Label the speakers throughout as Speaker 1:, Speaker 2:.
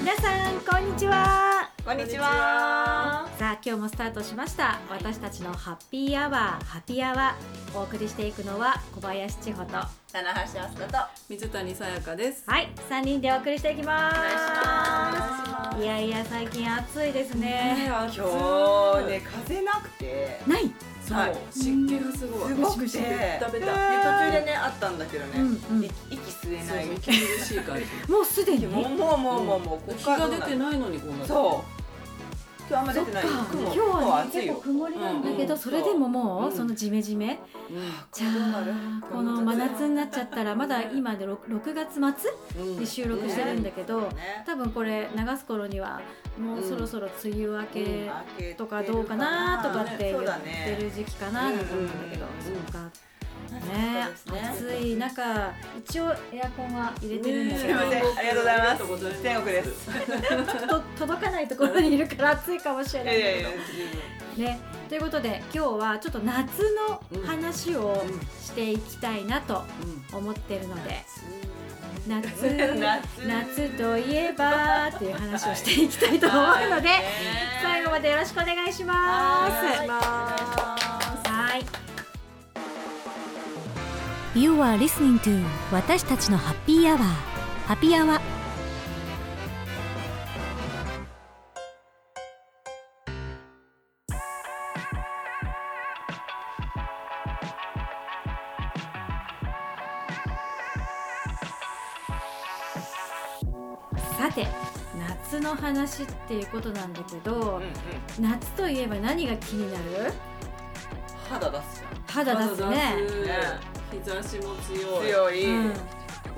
Speaker 1: 皆さんこんにちは
Speaker 2: こんにちは。
Speaker 1: さあ今日もスタートしました私たちのハッピーアワーハピアワーお送りしていくのは小林千穂とは
Speaker 2: 棚橋あすかと。
Speaker 3: 水谷さやかです。
Speaker 1: い3人でお送りしていきます
Speaker 2: 願いします
Speaker 1: いやいや最近暑いです
Speaker 3: ね
Speaker 1: ね、
Speaker 3: 今
Speaker 2: 今日ね、風なくて。
Speaker 1: ない、
Speaker 3: そう
Speaker 2: はい
Speaker 3: 湿気がすご
Speaker 2: す
Speaker 3: い。
Speaker 2: ごくて。
Speaker 3: ムシムシベタ
Speaker 2: で途中
Speaker 3: ベタ。
Speaker 2: でね、あったんだけどね。
Speaker 1: うんうん
Speaker 2: い息吸え
Speaker 3: そう
Speaker 2: な
Speaker 3: そう
Speaker 2: い。
Speaker 3: 息苦しい感じ。
Speaker 1: もうすでに
Speaker 2: もうもうもうもうもう、ここ
Speaker 3: 日
Speaker 2: から
Speaker 3: が
Speaker 2: どう
Speaker 3: 出
Speaker 2: な
Speaker 3: て
Speaker 2: る。
Speaker 3: ないのにこうなる。
Speaker 2: そう。今日あんま
Speaker 1: そっ
Speaker 2: 出
Speaker 1: てか
Speaker 2: ない。
Speaker 1: 今
Speaker 2: 雲、
Speaker 1: 日
Speaker 2: 雲は
Speaker 1: はね
Speaker 2: 暑い
Speaker 1: 結構
Speaker 2: よ。
Speaker 1: 曇りなんだけど、
Speaker 3: うん
Speaker 1: それでももう、
Speaker 3: うん
Speaker 1: そのジメジメ
Speaker 3: う
Speaker 1: じゃあこの真夏になっちゃったらまだ今で 6, 月
Speaker 3: ん。うん
Speaker 1: 末に収録してるんだけど、
Speaker 2: ね。
Speaker 1: 多分これ流す頃にはもうそろそろ梅雨明けとかどうかなとかって言
Speaker 2: そうだ
Speaker 1: って
Speaker 2: ね。
Speaker 1: る時期かななんて思うんだけど、
Speaker 3: うんうん
Speaker 1: そうかね
Speaker 2: 暑かったです
Speaker 1: 暑い中一応エアコンは入れてるんだ
Speaker 3: ね
Speaker 1: け
Speaker 2: すい
Speaker 1: ど、
Speaker 2: ませんありがとうございます
Speaker 3: ありがとうございます
Speaker 2: 天国です。
Speaker 1: と届かないところにいるから暑いかもしれ
Speaker 2: い
Speaker 1: な
Speaker 2: や
Speaker 1: い
Speaker 2: い
Speaker 1: んだ
Speaker 2: や
Speaker 1: けど
Speaker 2: いや。。
Speaker 1: ね、ということで今日はちょっと夏の話を
Speaker 3: うん
Speaker 1: していきたいなと
Speaker 3: うん
Speaker 1: 思ってるので
Speaker 2: 夏
Speaker 1: 夏 夏といえばっていう話をしていきたいと思う ので最後ま
Speaker 2: で
Speaker 1: でよろしくお願いしま。
Speaker 2: ますす。
Speaker 1: はい。
Speaker 4: You are listening to 私たちのハッピーアワーハピアワ
Speaker 1: さて夏の話っていうことなんだけ
Speaker 2: う
Speaker 1: ど
Speaker 2: んうん
Speaker 1: 夏といえば何が気になる
Speaker 2: 肌出すじゃん。
Speaker 1: 肌出すね。
Speaker 3: 出す。日差しも強い。
Speaker 2: 強い、
Speaker 1: うん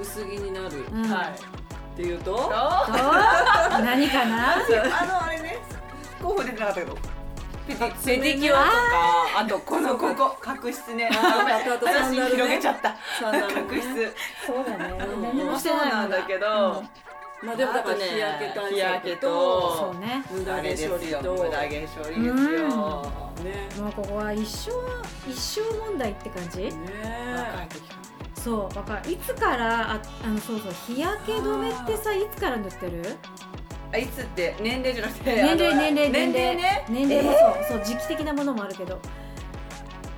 Speaker 3: 薄着になる。っ
Speaker 1: うん
Speaker 2: はい
Speaker 3: ていうと。
Speaker 1: と
Speaker 2: あ
Speaker 1: 何かな
Speaker 2: のあれね候補出てなかったけどペテペティキュアとかあとこの ここ角質ね
Speaker 3: ああとあとサン
Speaker 2: 私
Speaker 3: ダルね
Speaker 2: 広げちゃった
Speaker 3: サンダル
Speaker 2: 角
Speaker 3: ね
Speaker 2: 質
Speaker 1: そうだね
Speaker 3: うん
Speaker 1: 何もしてない
Speaker 2: そうなんだけど、
Speaker 3: まあでもだから日焼け対策と
Speaker 2: 日焼けと
Speaker 1: そうね
Speaker 3: 無
Speaker 2: あれ
Speaker 3: 駄毛
Speaker 2: ですよ
Speaker 3: 処理と。
Speaker 2: 無駄毛処理ですよ、
Speaker 1: うん
Speaker 3: ね。
Speaker 1: もうここは一生一生問題って感じ
Speaker 2: 若
Speaker 3: ね
Speaker 2: い。時か
Speaker 1: そうわかるいつからああのそうそう日焼け止めってさいつから塗ってる
Speaker 2: らあいつって年齢じゃなくて
Speaker 1: 年
Speaker 2: あ
Speaker 1: 齢
Speaker 2: の
Speaker 1: 年齢
Speaker 2: 年齢ね
Speaker 1: 年齢もそう,、そう時期的なものもあるけど、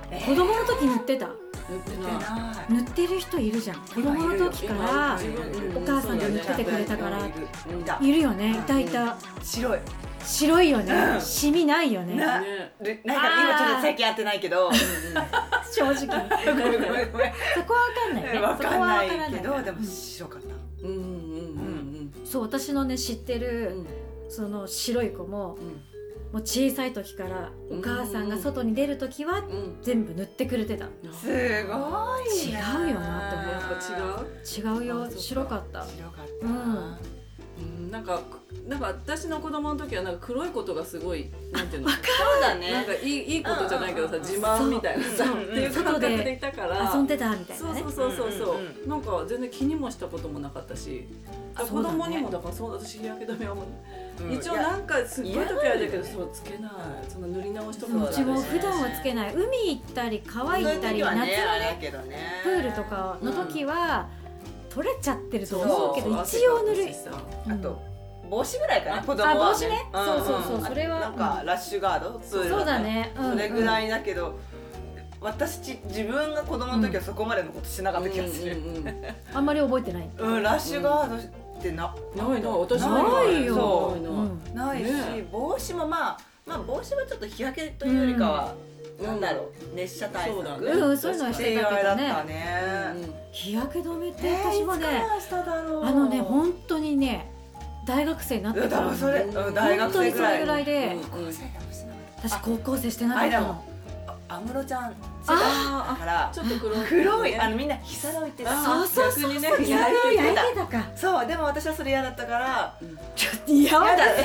Speaker 2: えー
Speaker 1: 子供の時塗ってた
Speaker 3: 塗って
Speaker 2: 出
Speaker 3: ない
Speaker 2: て。ない
Speaker 1: 塗ってる人いるじゃん子供の時から
Speaker 3: いるよ今自分
Speaker 1: お母さんが塗っててくれたから
Speaker 2: いるいた
Speaker 1: いるよねいたいた
Speaker 2: 白い
Speaker 1: 白いよ
Speaker 2: う
Speaker 1: ね
Speaker 2: ん
Speaker 1: シミないよね
Speaker 2: な
Speaker 3: ね
Speaker 2: でなんか今ちょっと最近やってないけど
Speaker 1: 正直そこは
Speaker 2: ごめんごめんごめん
Speaker 1: 分かんないね
Speaker 2: わ
Speaker 1: そこは
Speaker 2: かんない
Speaker 1: 分からない
Speaker 2: けどでも白かった
Speaker 3: うんうんうん
Speaker 1: そう私のね知って
Speaker 3: う
Speaker 1: る
Speaker 3: ん
Speaker 1: その白い子も
Speaker 3: うん
Speaker 1: もう小さい時からお母さんが外に出る時は
Speaker 3: うん
Speaker 1: 全部塗ってくれてた
Speaker 2: すごいな
Speaker 1: 違うよなって思う
Speaker 3: やっぱ
Speaker 1: 違うよ
Speaker 3: あそうか
Speaker 1: 白かった
Speaker 2: 白かっ
Speaker 1: うん
Speaker 3: 違う、うん、なんかなんか私の子供の時はなんか黒いことがすごいなんていうの
Speaker 2: そうだ
Speaker 3: なん
Speaker 2: ね
Speaker 3: かいいいいことじゃないけどさ
Speaker 2: うんうんうん
Speaker 3: 自慢みたいなさ
Speaker 1: そう
Speaker 3: っていう感覚でいたから
Speaker 1: 遊んでたみたい
Speaker 3: そ
Speaker 1: な
Speaker 3: う
Speaker 1: ね
Speaker 3: そうそうそうそう,、
Speaker 2: うんうん
Speaker 3: なんか全然気にもしたこともなかったし
Speaker 1: あ
Speaker 3: 子
Speaker 1: そうだね
Speaker 3: 供にもだからそう私日焼け止めはも
Speaker 2: う
Speaker 3: う、
Speaker 2: ん
Speaker 3: 一応なんかすっごい時あるけどそうつけないその塗り直しとか
Speaker 1: う
Speaker 3: は
Speaker 1: ちも
Speaker 2: そうだ
Speaker 1: 普
Speaker 2: ね
Speaker 1: 段はつけない海行ったり川行ったり夏のね
Speaker 2: 夏のね
Speaker 1: プールとかの時は取れちゃってると
Speaker 3: そう
Speaker 1: 思うけど一応塗る
Speaker 3: 汗かくしさ
Speaker 2: あと帽子ぐらいかな
Speaker 3: あ
Speaker 2: 子供は
Speaker 1: あ帽子ねそうそうそうそれは
Speaker 2: なんかラッシュガードプール
Speaker 1: そうだねうん
Speaker 2: それぐらいだけど私ち自分が子供の時はそこまでのことしなかった気がする
Speaker 3: うんうんうん
Speaker 1: あんまり覚えてない
Speaker 2: うんラッシュガードってな
Speaker 3: ないない私
Speaker 1: ないよ
Speaker 3: そう
Speaker 1: う
Speaker 3: ないない
Speaker 1: ん
Speaker 2: ないし
Speaker 3: ね
Speaker 2: 帽子もまあまあ帽子はちょっと日焼けというよりかは
Speaker 3: うん
Speaker 2: なんだろう熱射対策
Speaker 3: そうだね
Speaker 1: うんそういうのは
Speaker 2: っ
Speaker 1: してて
Speaker 2: いう
Speaker 1: た
Speaker 2: あ
Speaker 1: け
Speaker 2: れだ
Speaker 1: ど
Speaker 2: った
Speaker 1: ね
Speaker 2: ね
Speaker 1: 日焼け止めっ
Speaker 2: え
Speaker 1: て
Speaker 2: ー
Speaker 1: 私も
Speaker 2: いつ
Speaker 1: ね
Speaker 2: からしただろう
Speaker 1: あのね本当にね大学生になって
Speaker 2: うん
Speaker 1: か
Speaker 2: 多分そ
Speaker 1: ら
Speaker 2: れうん大
Speaker 1: 本
Speaker 2: 学
Speaker 1: 当
Speaker 2: 生
Speaker 1: に
Speaker 2: ぐ
Speaker 1: それ
Speaker 2: ら
Speaker 1: ぐ
Speaker 2: い
Speaker 1: らいで
Speaker 3: うん
Speaker 2: 高校生かもしれない
Speaker 1: 私高校生してなかったの
Speaker 2: あ安室ちゃん世代だ
Speaker 3: あ
Speaker 2: から
Speaker 3: ちょっと黒
Speaker 2: 黒いあのみんな日サロ行ってた
Speaker 3: あ
Speaker 1: そうそうそう
Speaker 3: 逆にね
Speaker 1: そうや
Speaker 2: 焼い
Speaker 1: る
Speaker 2: て
Speaker 1: 焼い
Speaker 2: た
Speaker 1: てたか
Speaker 2: そうでも私はそれ嫌だったから
Speaker 1: ちょっと嫌
Speaker 2: 嫌
Speaker 1: だ
Speaker 2: だっ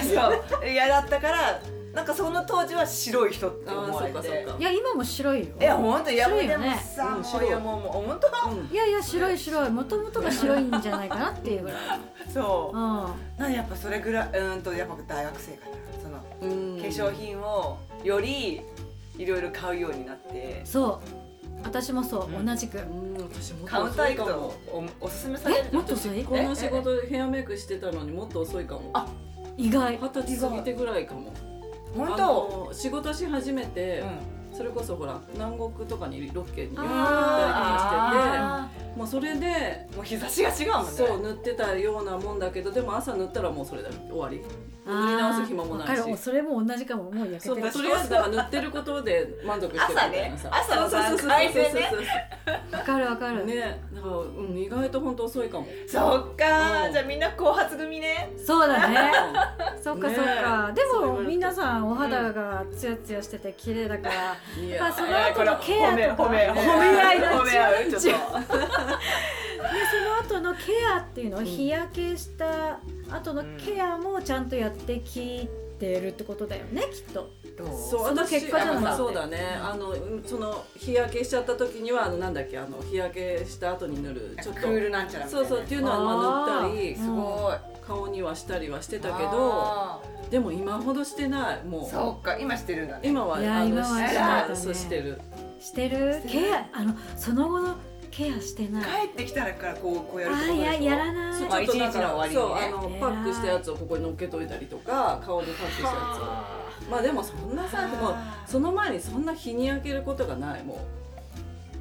Speaker 2: たそう 嫌だったからなんかその当時は白い人って
Speaker 3: あ
Speaker 2: 思わ
Speaker 3: そ
Speaker 2: れ
Speaker 3: うか
Speaker 2: て
Speaker 3: そうか
Speaker 1: いや今も白いよ
Speaker 2: いや本当いやも
Speaker 1: 白
Speaker 2: う
Speaker 1: い
Speaker 2: で
Speaker 1: よね
Speaker 2: もさ
Speaker 3: うん
Speaker 2: もう
Speaker 3: 白い
Speaker 2: いやもうもう本当
Speaker 3: うん
Speaker 1: いやいや白い白いもともとが白いんじゃないかなっていうぐらい
Speaker 2: そううんなんでやっぱそれぐらいうーんとやっぱ大学生かなその
Speaker 3: うん
Speaker 2: 化粧品をよりいろいろ買うようになって
Speaker 1: そ私もそう、
Speaker 2: うん
Speaker 1: 同じく
Speaker 3: うん私もっ
Speaker 2: カ
Speaker 3: と
Speaker 2: ウンター
Speaker 3: 遅い
Speaker 2: 行
Speaker 3: か
Speaker 2: く
Speaker 3: も
Speaker 2: とおおすすめされる
Speaker 1: えもっと遅い
Speaker 3: この仕事ヘアメイクしてたのにもっと遅いかも
Speaker 2: あ
Speaker 1: 意外
Speaker 3: 二十歳過ぎてぐらいかも
Speaker 2: 本
Speaker 3: あ
Speaker 2: 当
Speaker 3: の仕事し始めて、
Speaker 2: うん
Speaker 3: それこそほら南国とかにロケに行ったりとか
Speaker 2: あ
Speaker 3: しててもうそれで
Speaker 2: ーもう日差しが違うもんね
Speaker 3: そう塗ってたようなもんだけどでも朝塗ったらもうそれだ終わり塗り直す暇もない
Speaker 1: あーわかる
Speaker 3: し
Speaker 1: それも同じかももう焼け
Speaker 3: そ
Speaker 1: て
Speaker 3: う
Speaker 1: る
Speaker 3: とりあえずだから塗ってることで満足してるみたいなさ
Speaker 2: 朝ね朝の
Speaker 3: そうそうそう
Speaker 2: 段階でね
Speaker 3: そうそう
Speaker 1: わかるわか
Speaker 3: そ
Speaker 1: る、
Speaker 3: うねだから、うん、意外と本当遅 いかも
Speaker 2: そっか、
Speaker 3: うん
Speaker 2: じゃあみんな後発組ね
Speaker 1: そうだねそっか
Speaker 3: ね
Speaker 1: そ
Speaker 3: え
Speaker 1: っか、で
Speaker 3: そう言わ
Speaker 1: も
Speaker 3: れると
Speaker 1: 皆さんお肌がツヤツヤしてて綺麗だから、
Speaker 3: い
Speaker 1: まあ
Speaker 3: や
Speaker 1: その後のケアとか
Speaker 2: 褒め 褒め
Speaker 1: 褒め合いだ
Speaker 2: 褒め合うちょっと
Speaker 1: でその後のケアっていうのは日焼けした後のケアもちゃんとやってきてるってことだよねきっと
Speaker 3: そう
Speaker 1: その
Speaker 3: 私
Speaker 1: 結果じゃない
Speaker 3: あそうだねあのうんその日焼けしちゃった時にはあのなんだっけあの日焼けした後に塗るちょっと
Speaker 2: クールなんちゃらみたい
Speaker 3: そう
Speaker 2: な
Speaker 3: そうっていうのはまあ塗ったり
Speaker 1: あー
Speaker 2: すごい
Speaker 3: 顔にはしたりはしてたけど
Speaker 2: あ
Speaker 3: でも今ほどしてないも
Speaker 2: ー
Speaker 3: う
Speaker 2: そうか今してるんだね
Speaker 3: 今はい
Speaker 1: や
Speaker 3: あ
Speaker 1: 今
Speaker 3: の
Speaker 1: は
Speaker 2: して
Speaker 1: ないね
Speaker 3: そうしてる
Speaker 1: してる
Speaker 2: してない
Speaker 1: ケアあのその後のケアしてない
Speaker 2: 帰ってきたらからこうこう
Speaker 1: あ
Speaker 2: やるってこと
Speaker 1: ーい
Speaker 2: でしょ
Speaker 1: ややらない
Speaker 2: まあ
Speaker 3: ちょっとだから
Speaker 2: 一日の終わりにね
Speaker 3: そうあの
Speaker 1: 偉い
Speaker 3: パックしたやつをここに乗っけといたりとか顔にパックしたや
Speaker 2: は
Speaker 3: つをまあでもそんな
Speaker 2: あ
Speaker 3: さ
Speaker 2: ー
Speaker 3: でもその前にそんな日に焼けることがないも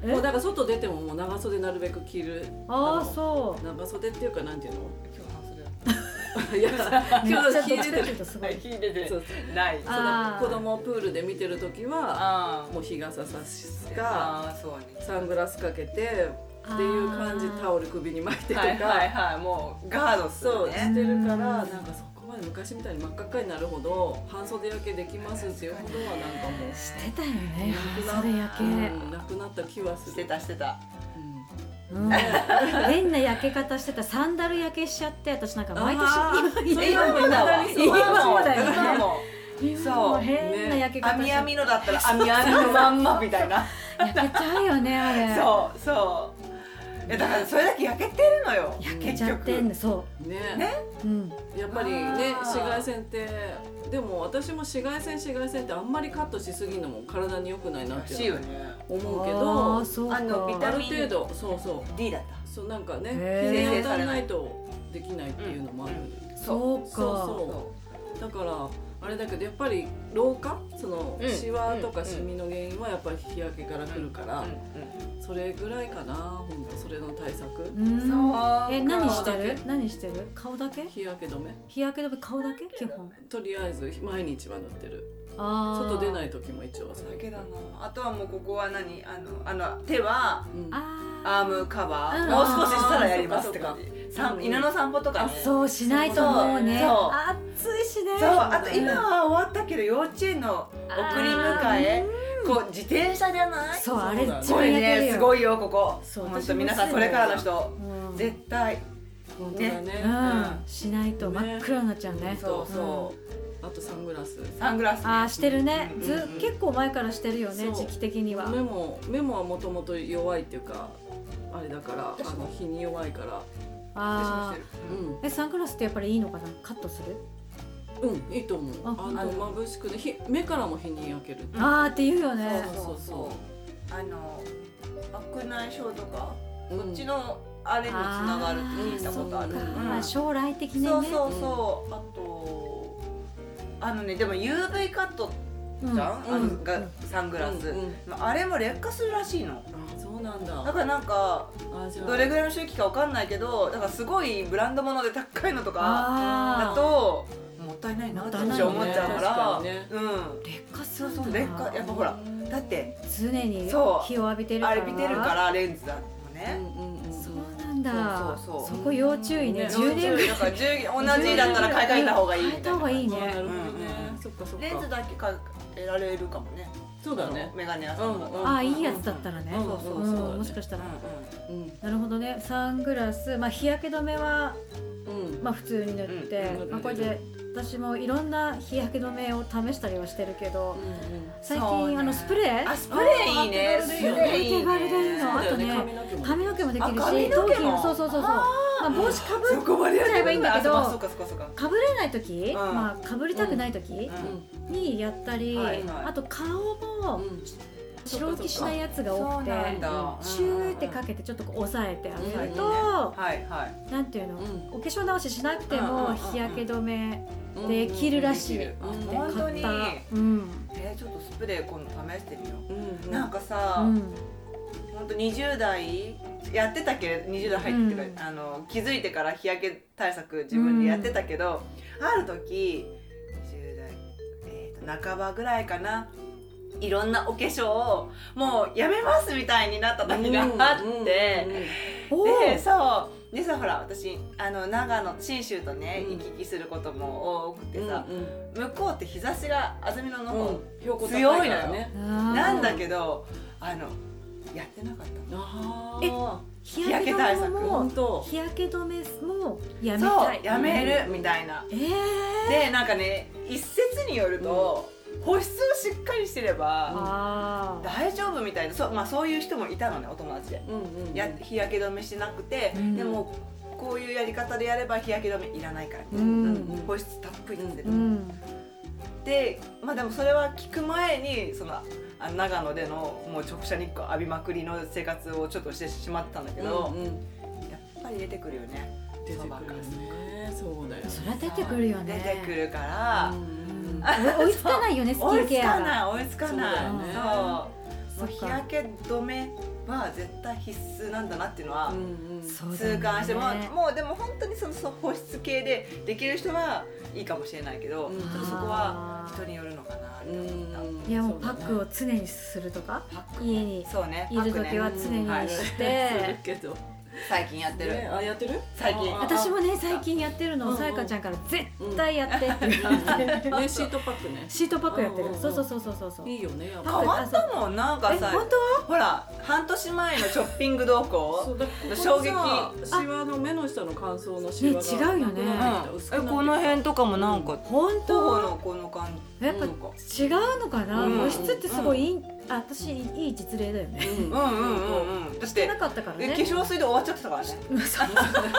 Speaker 3: う
Speaker 1: え
Speaker 3: もうだから外出てももう長袖なるべく着る
Speaker 1: ああそう
Speaker 3: 長袖っていうかなんてい うの
Speaker 2: 今日半袖だ
Speaker 3: いや
Speaker 1: めっ
Speaker 3: 今
Speaker 1: ちゃ
Speaker 3: 日
Speaker 1: ど
Speaker 3: 日
Speaker 1: っち
Speaker 3: 出
Speaker 1: かと
Speaker 3: て
Speaker 1: い
Speaker 3: る
Speaker 1: うとすご
Speaker 2: 最
Speaker 1: い
Speaker 2: 近出て
Speaker 3: そう
Speaker 2: ない
Speaker 3: そ
Speaker 1: あ
Speaker 3: の
Speaker 1: ー
Speaker 3: 子供をプールで見てる時は
Speaker 2: あ
Speaker 3: もう日傘さす
Speaker 2: ー
Speaker 3: か
Speaker 2: あーそうね
Speaker 3: サングラスかけてっていう感じ
Speaker 1: あー
Speaker 3: タオル首に巻いてとか、
Speaker 2: はいはいはいもうガードす
Speaker 3: そ
Speaker 2: る
Speaker 3: うし
Speaker 2: ね
Speaker 3: てるからなんかそこまで昔みたいに真っ赤っかになるほど半袖焼けできますっていうほどはなんかもう
Speaker 1: してたよね半袖焼け、
Speaker 3: うんなくなった気はす
Speaker 2: し
Speaker 3: る
Speaker 2: てたしてた
Speaker 3: うん
Speaker 1: うん、変な焼け方してたサンダル焼けしちゃって私なんか毎
Speaker 3: あ
Speaker 1: 年
Speaker 3: ー
Speaker 1: 今
Speaker 3: え今もだわ
Speaker 1: 今もだよね
Speaker 2: 今も
Speaker 1: 今
Speaker 2: そう
Speaker 1: もう変な焼け方
Speaker 2: 網
Speaker 1: し
Speaker 2: 網のだったら網網のまんまみたいな
Speaker 1: 焼けちゃうよねあれ
Speaker 2: そうそういやだからそれだけ焼けてるのよ
Speaker 1: 焼けちゃってんのそ
Speaker 3: ね
Speaker 2: ね
Speaker 1: う、うん、
Speaker 3: やっぱりね
Speaker 2: あー
Speaker 3: 紫外線ってでも私も紫外線紫外線ってあんまりカットしすぎるのも体に良くないな
Speaker 2: ら
Speaker 3: って
Speaker 2: しいよね
Speaker 3: 思うけ
Speaker 1: あー
Speaker 3: ど
Speaker 1: そうか
Speaker 2: あのビタ
Speaker 3: あ
Speaker 2: ミ
Speaker 3: る
Speaker 2: ン
Speaker 3: 程度そうそう
Speaker 2: D だっ
Speaker 3: そうなんかね
Speaker 1: へー
Speaker 3: 日に当たらないとできないっていうのもある、
Speaker 2: た
Speaker 1: そうか
Speaker 3: そう
Speaker 2: そ
Speaker 3: だからあれだけどやっぱり老化その
Speaker 2: うん
Speaker 3: シワとかシミの原因はやっぱり日焼けからくるか
Speaker 2: う
Speaker 3: ら
Speaker 2: うん
Speaker 3: それぐらいかな本当それの対策
Speaker 1: うん
Speaker 2: うんそうか
Speaker 1: え何してる何してる顔だけ
Speaker 3: 日焼け止め
Speaker 1: 日焼け止め顔だけ基本
Speaker 3: とりあえず毎日は塗ってる
Speaker 1: あー
Speaker 3: 外出ない時も一応
Speaker 2: それだけだなあとはもうここは何あのあの手は
Speaker 3: うん
Speaker 1: あ
Speaker 2: アームカバー、
Speaker 1: うん
Speaker 2: もう少ししたらやりますって感
Speaker 3: あ
Speaker 2: じ
Speaker 3: か
Speaker 2: 散歩犬の散歩と
Speaker 1: ー
Speaker 2: か
Speaker 1: あ
Speaker 2: ね
Speaker 1: そうしないと思うね
Speaker 2: そうそう
Speaker 1: 暑いしね
Speaker 2: そうあと今は終わったけど幼稚園の送り迎えこう自転車じゃない
Speaker 1: そうあれ
Speaker 3: そうだね
Speaker 1: 一
Speaker 2: こ
Speaker 1: 番焼け
Speaker 2: れ
Speaker 1: る
Speaker 2: ね
Speaker 1: よ
Speaker 2: すごいよここ
Speaker 1: そう
Speaker 2: 本
Speaker 1: 私も
Speaker 2: 当皆さん
Speaker 1: そ
Speaker 2: そう
Speaker 1: だ
Speaker 2: れ
Speaker 1: よ
Speaker 2: からの人
Speaker 1: うん
Speaker 2: 絶対
Speaker 3: 本当だね
Speaker 1: うんしないと真っ暗になっちゃうね
Speaker 2: そうそう
Speaker 3: あとサングラス
Speaker 2: うサングラス
Speaker 1: んあーしてるね
Speaker 2: うん
Speaker 1: ず結構前からしてるよね
Speaker 3: そう
Speaker 1: 時期的には
Speaker 3: 目も目もはもともと弱いっていうかあれだから
Speaker 2: 私
Speaker 3: あ
Speaker 2: も
Speaker 3: の日に弱いから
Speaker 2: 私も
Speaker 1: あ
Speaker 2: してる
Speaker 3: う
Speaker 2: うん
Speaker 3: ん
Speaker 1: ーえサングラスってやっぱりいいのかなカットする
Speaker 3: うん、いいと思う。
Speaker 1: あ
Speaker 3: あ
Speaker 1: あ
Speaker 3: の眩しくね、ひ目からも日に焼ける。
Speaker 2: うん
Speaker 1: あーって言うよね
Speaker 2: そうそうそうあの白内障とか
Speaker 3: う
Speaker 2: こっちのあれにつながるって聞いたことある
Speaker 1: あーそっか
Speaker 2: うん
Speaker 1: まあ将来的にね
Speaker 2: そうそうそうあとあのねでも UV カット
Speaker 1: うん
Speaker 2: じゃん、あ
Speaker 3: う
Speaker 2: の
Speaker 3: ん
Speaker 2: がサングラス、
Speaker 3: うんうん
Speaker 2: まああれも劣化するらしいの
Speaker 3: あ、そうなん
Speaker 2: だ
Speaker 3: だ。
Speaker 2: からなんか
Speaker 3: あ、じゃあ
Speaker 2: どれぐらいの周期かわかんないけどだからすごいブランド物で高いのとか
Speaker 1: あー
Speaker 2: だともったいないなって
Speaker 1: もったいない
Speaker 2: 私は思っちゃうから
Speaker 3: 確かにね
Speaker 2: うん
Speaker 1: 劣化す
Speaker 2: そう
Speaker 1: るんだ
Speaker 2: そう
Speaker 1: な
Speaker 2: 劣化やっぱほらだって
Speaker 1: 常に
Speaker 2: そう
Speaker 1: 日を浴びてるか
Speaker 2: あ
Speaker 1: ら
Speaker 2: れ見てるからレンズだもん
Speaker 3: うん
Speaker 2: ね、
Speaker 3: うんうん。
Speaker 1: そうなんだ
Speaker 2: そうそうそう
Speaker 1: そこ要注意ね
Speaker 3: ね
Speaker 1: 10年
Speaker 2: だ
Speaker 1: ぐ
Speaker 2: から10同じだったら買い替えた方がいいみ
Speaker 1: 変
Speaker 2: た
Speaker 1: え
Speaker 2: い
Speaker 1: た方
Speaker 2: な
Speaker 1: がいい
Speaker 3: あな
Speaker 1: ね
Speaker 3: るほどね
Speaker 2: うんうん。
Speaker 3: そっかそっか。
Speaker 2: レンズだけ買えられるかもね
Speaker 3: そうだね。
Speaker 2: メガネ屋
Speaker 3: う
Speaker 2: さ
Speaker 3: ん
Speaker 2: んとか
Speaker 3: うん。
Speaker 1: ああいいやつだったらね
Speaker 3: うん
Speaker 2: そうそううそうんだね
Speaker 1: もしかしたら
Speaker 3: うん
Speaker 1: なるほどねサングラス、まあ、日焼け止めは、
Speaker 3: うん。
Speaker 1: まあ、普通に塗って、
Speaker 3: うんうん
Speaker 1: まあ、これで私もいろんな日焼け止めを試したりはしてるけど、
Speaker 3: うんうん
Speaker 1: 最
Speaker 2: そ
Speaker 1: 近、
Speaker 2: うね
Speaker 1: あのスプレー
Speaker 2: あスプレーいいね
Speaker 3: あー
Speaker 2: スプ
Speaker 3: 手軽
Speaker 2: レー
Speaker 3: で
Speaker 2: い
Speaker 1: い
Speaker 2: い
Speaker 1: いよね手軽でいい
Speaker 2: ね
Speaker 1: の
Speaker 3: そうだよね
Speaker 1: あとね
Speaker 3: 髪の毛
Speaker 1: 髪の毛
Speaker 3: も
Speaker 1: もできる
Speaker 2: あ髪
Speaker 1: し
Speaker 2: の毛も
Speaker 1: 頭皮そうそうそうそうまあ、帽子かぶ
Speaker 2: そこまでや
Speaker 1: っちゃえばいいんだけど
Speaker 2: あそうかそうかそうか
Speaker 1: かぶれない時、
Speaker 2: ん
Speaker 1: まあ、かぶりたくない時
Speaker 2: うん
Speaker 1: にやったり、
Speaker 2: はいはい
Speaker 1: あと顔も
Speaker 3: うん。
Speaker 1: ち白浮きしないやつが多くて
Speaker 2: だ
Speaker 1: シューってか
Speaker 2: け
Speaker 1: けてちょっとこう押さえてあげる
Speaker 3: うん
Speaker 1: と、
Speaker 2: はいはい
Speaker 1: なんていうの、
Speaker 3: うん
Speaker 1: お化粧直ししなくて
Speaker 3: うんうんうんう
Speaker 1: も
Speaker 3: ん
Speaker 1: 日焼け止め
Speaker 3: うん
Speaker 1: できるらしい、
Speaker 2: できるあ
Speaker 3: うん
Speaker 1: 買
Speaker 2: 本
Speaker 1: った
Speaker 2: 当に
Speaker 1: うん
Speaker 2: えーちょっとスプレー今度試してみよ
Speaker 3: うんう
Speaker 2: うんなんかさ、
Speaker 1: うん
Speaker 2: ほんと20代やってたけれど20代入ってから、
Speaker 1: うん
Speaker 2: あの気づいてから日焼け対策自分でやってたけど、ある時20代、えー、と半ばぐらいかないろんなお化粧をもうやめますみたいになった時があって、
Speaker 1: お
Speaker 2: で
Speaker 1: ー
Speaker 2: そうでさほら私あの長野信州とね行き来することも多くてさ、向こうって日差しが安曇野の方、強いのよ
Speaker 3: ね
Speaker 1: あー
Speaker 2: なんだけどあのやってなかった
Speaker 3: あ
Speaker 1: え
Speaker 3: あ
Speaker 1: 日焼け止めも
Speaker 3: 本当
Speaker 1: 日焼け止めもやめ
Speaker 2: そ
Speaker 1: たいう
Speaker 2: やめるみたいな、
Speaker 1: えー、
Speaker 2: でなんかね一説によると、保湿をしっかりしてれば
Speaker 1: あー
Speaker 2: 大丈夫みたいなそう,、まあ、そういう人もいたのねお友達で、
Speaker 3: うんうんうん
Speaker 2: や日焼け止めしなくて、
Speaker 1: うん
Speaker 2: でもこういうやり方でやれば日焼け止めいらないから、
Speaker 1: う
Speaker 3: うんん
Speaker 2: 保湿たっぷり出てる、
Speaker 1: うん
Speaker 2: でまあでもそれは聞く前にそのあ長野でのもう直射日光浴びまくりの生活をちょっとしてしまったんだけど、
Speaker 3: うんうん
Speaker 2: やっぱり出てくるよね
Speaker 3: 出てくるよねそうだよ
Speaker 1: そりゃ出てくるよ
Speaker 2: 出て
Speaker 1: ね
Speaker 2: くるから、
Speaker 3: うん
Speaker 1: うん追いつかないよ ねスキ
Speaker 2: 追い
Speaker 1: ン
Speaker 2: つ
Speaker 1: ケ
Speaker 2: か
Speaker 1: ア
Speaker 2: な
Speaker 1: が
Speaker 2: い追いつかない
Speaker 1: そうだよね
Speaker 2: そうもう
Speaker 1: そっ
Speaker 2: 日
Speaker 1: か
Speaker 2: 焼け止めは絶対必須なんだなっていうのは
Speaker 3: うんうん
Speaker 1: そうだよ
Speaker 2: 痛
Speaker 1: ね
Speaker 2: 感して、もうもうでも本当にそのそう保湿系でできる人はいいかもしれないけど、
Speaker 3: うん
Speaker 2: ちょっとそこは人によるのかなって思った、
Speaker 1: いやもうパックを常にするとか
Speaker 2: パック
Speaker 1: 家に
Speaker 2: そうね
Speaker 1: いる
Speaker 2: パック
Speaker 1: 時
Speaker 2: ね
Speaker 1: は常にして、
Speaker 3: するけど
Speaker 2: 最近やってる、
Speaker 3: ねあやってる
Speaker 2: 最近
Speaker 3: ああ
Speaker 1: 私もね最近やってる
Speaker 3: うんう
Speaker 1: の
Speaker 3: ん
Speaker 1: さやかちゃんから絶対やってって言われて
Speaker 3: ねシートパックね
Speaker 1: シートパックやって
Speaker 3: うん
Speaker 1: る
Speaker 3: うん
Speaker 1: そうそうそうそうそうそう
Speaker 3: いいよねやっ
Speaker 2: 変
Speaker 3: ぱ
Speaker 1: あ
Speaker 2: わったもんなんか
Speaker 1: え
Speaker 2: さ
Speaker 1: 本当
Speaker 2: ほら半年前のショッピング動
Speaker 3: そ
Speaker 2: 向
Speaker 3: うだからここにさ
Speaker 2: 衝撃
Speaker 3: シワの目の下の乾燥のシワが
Speaker 1: ね違うよね
Speaker 3: なくなってきた薄くなってきた
Speaker 2: とかも
Speaker 3: なんか
Speaker 1: 本
Speaker 2: 頬
Speaker 1: 当
Speaker 2: のこの感じ
Speaker 1: やっぱ
Speaker 2: なんか
Speaker 1: 違うのかな
Speaker 2: うん
Speaker 1: 保湿ってすごいいいあ私いい実例だよね
Speaker 3: うん
Speaker 2: うんうんうんうんだっ
Speaker 1: して
Speaker 2: て
Speaker 1: なかったから
Speaker 2: え
Speaker 1: ね
Speaker 2: 化 粧水で終わっちゃってたからね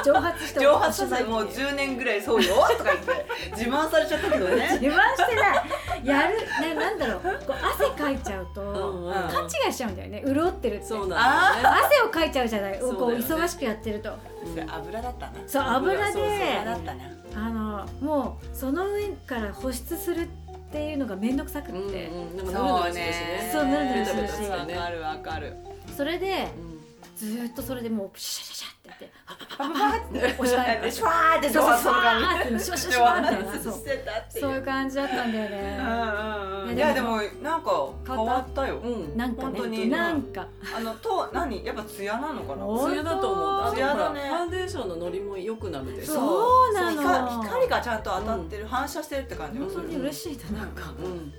Speaker 1: 蒸発した
Speaker 2: 蒸発させもう10年ぐらいそうよとか言 って自慢されちゃったけどね
Speaker 1: 自慢してないやるねなんだろうこう汗かいちゃうと
Speaker 2: ん
Speaker 1: 勘違いしちゃうんだよね潤ってるって
Speaker 3: そうなんだよね
Speaker 1: 汗をかいちゃうじゃない
Speaker 3: そうだ
Speaker 1: こ
Speaker 3: よ
Speaker 1: う
Speaker 3: ね
Speaker 1: 忙しくやってると
Speaker 2: それ油だったね
Speaker 1: そう油で
Speaker 3: そうそう
Speaker 2: 油だったね
Speaker 1: あのもうその上から保湿するっていうのが面倒くさく
Speaker 3: うん
Speaker 1: って、
Speaker 3: うんなんか
Speaker 2: そう
Speaker 3: ぬるぬるするしね
Speaker 2: ね
Speaker 1: そうぬるぬるす
Speaker 3: るし
Speaker 2: わかるわかる
Speaker 1: それで
Speaker 3: うん
Speaker 1: ずーっとそれでもうシャシャシャシャってやって
Speaker 2: パパパって
Speaker 1: おしまい
Speaker 2: でシュワーって
Speaker 1: そうそう
Speaker 2: シュワーって
Speaker 1: シュワーってシュワーって
Speaker 2: シュワーって
Speaker 1: そう
Speaker 2: してたっていう
Speaker 1: そういう感じだったんだよね
Speaker 2: うんうんうんい
Speaker 1: い
Speaker 2: や
Speaker 1: や
Speaker 2: で
Speaker 1: で
Speaker 2: もなんか変わったよ
Speaker 3: うん
Speaker 1: なんか
Speaker 2: 本当に
Speaker 1: ねなんか
Speaker 2: あのと何やっぱツヤなのかな
Speaker 1: お
Speaker 3: 艶だと思うあと
Speaker 2: 艶
Speaker 3: ほ
Speaker 2: だ
Speaker 3: ら
Speaker 2: ね
Speaker 3: ファンデーションのノリも良くなるでし
Speaker 1: そう
Speaker 3: ょ
Speaker 1: なの
Speaker 2: そう光光がちゃんと当たってる反射してるって感じが
Speaker 1: 本
Speaker 2: す
Speaker 1: 当
Speaker 2: る
Speaker 1: に嬉しいななんか
Speaker 3: うん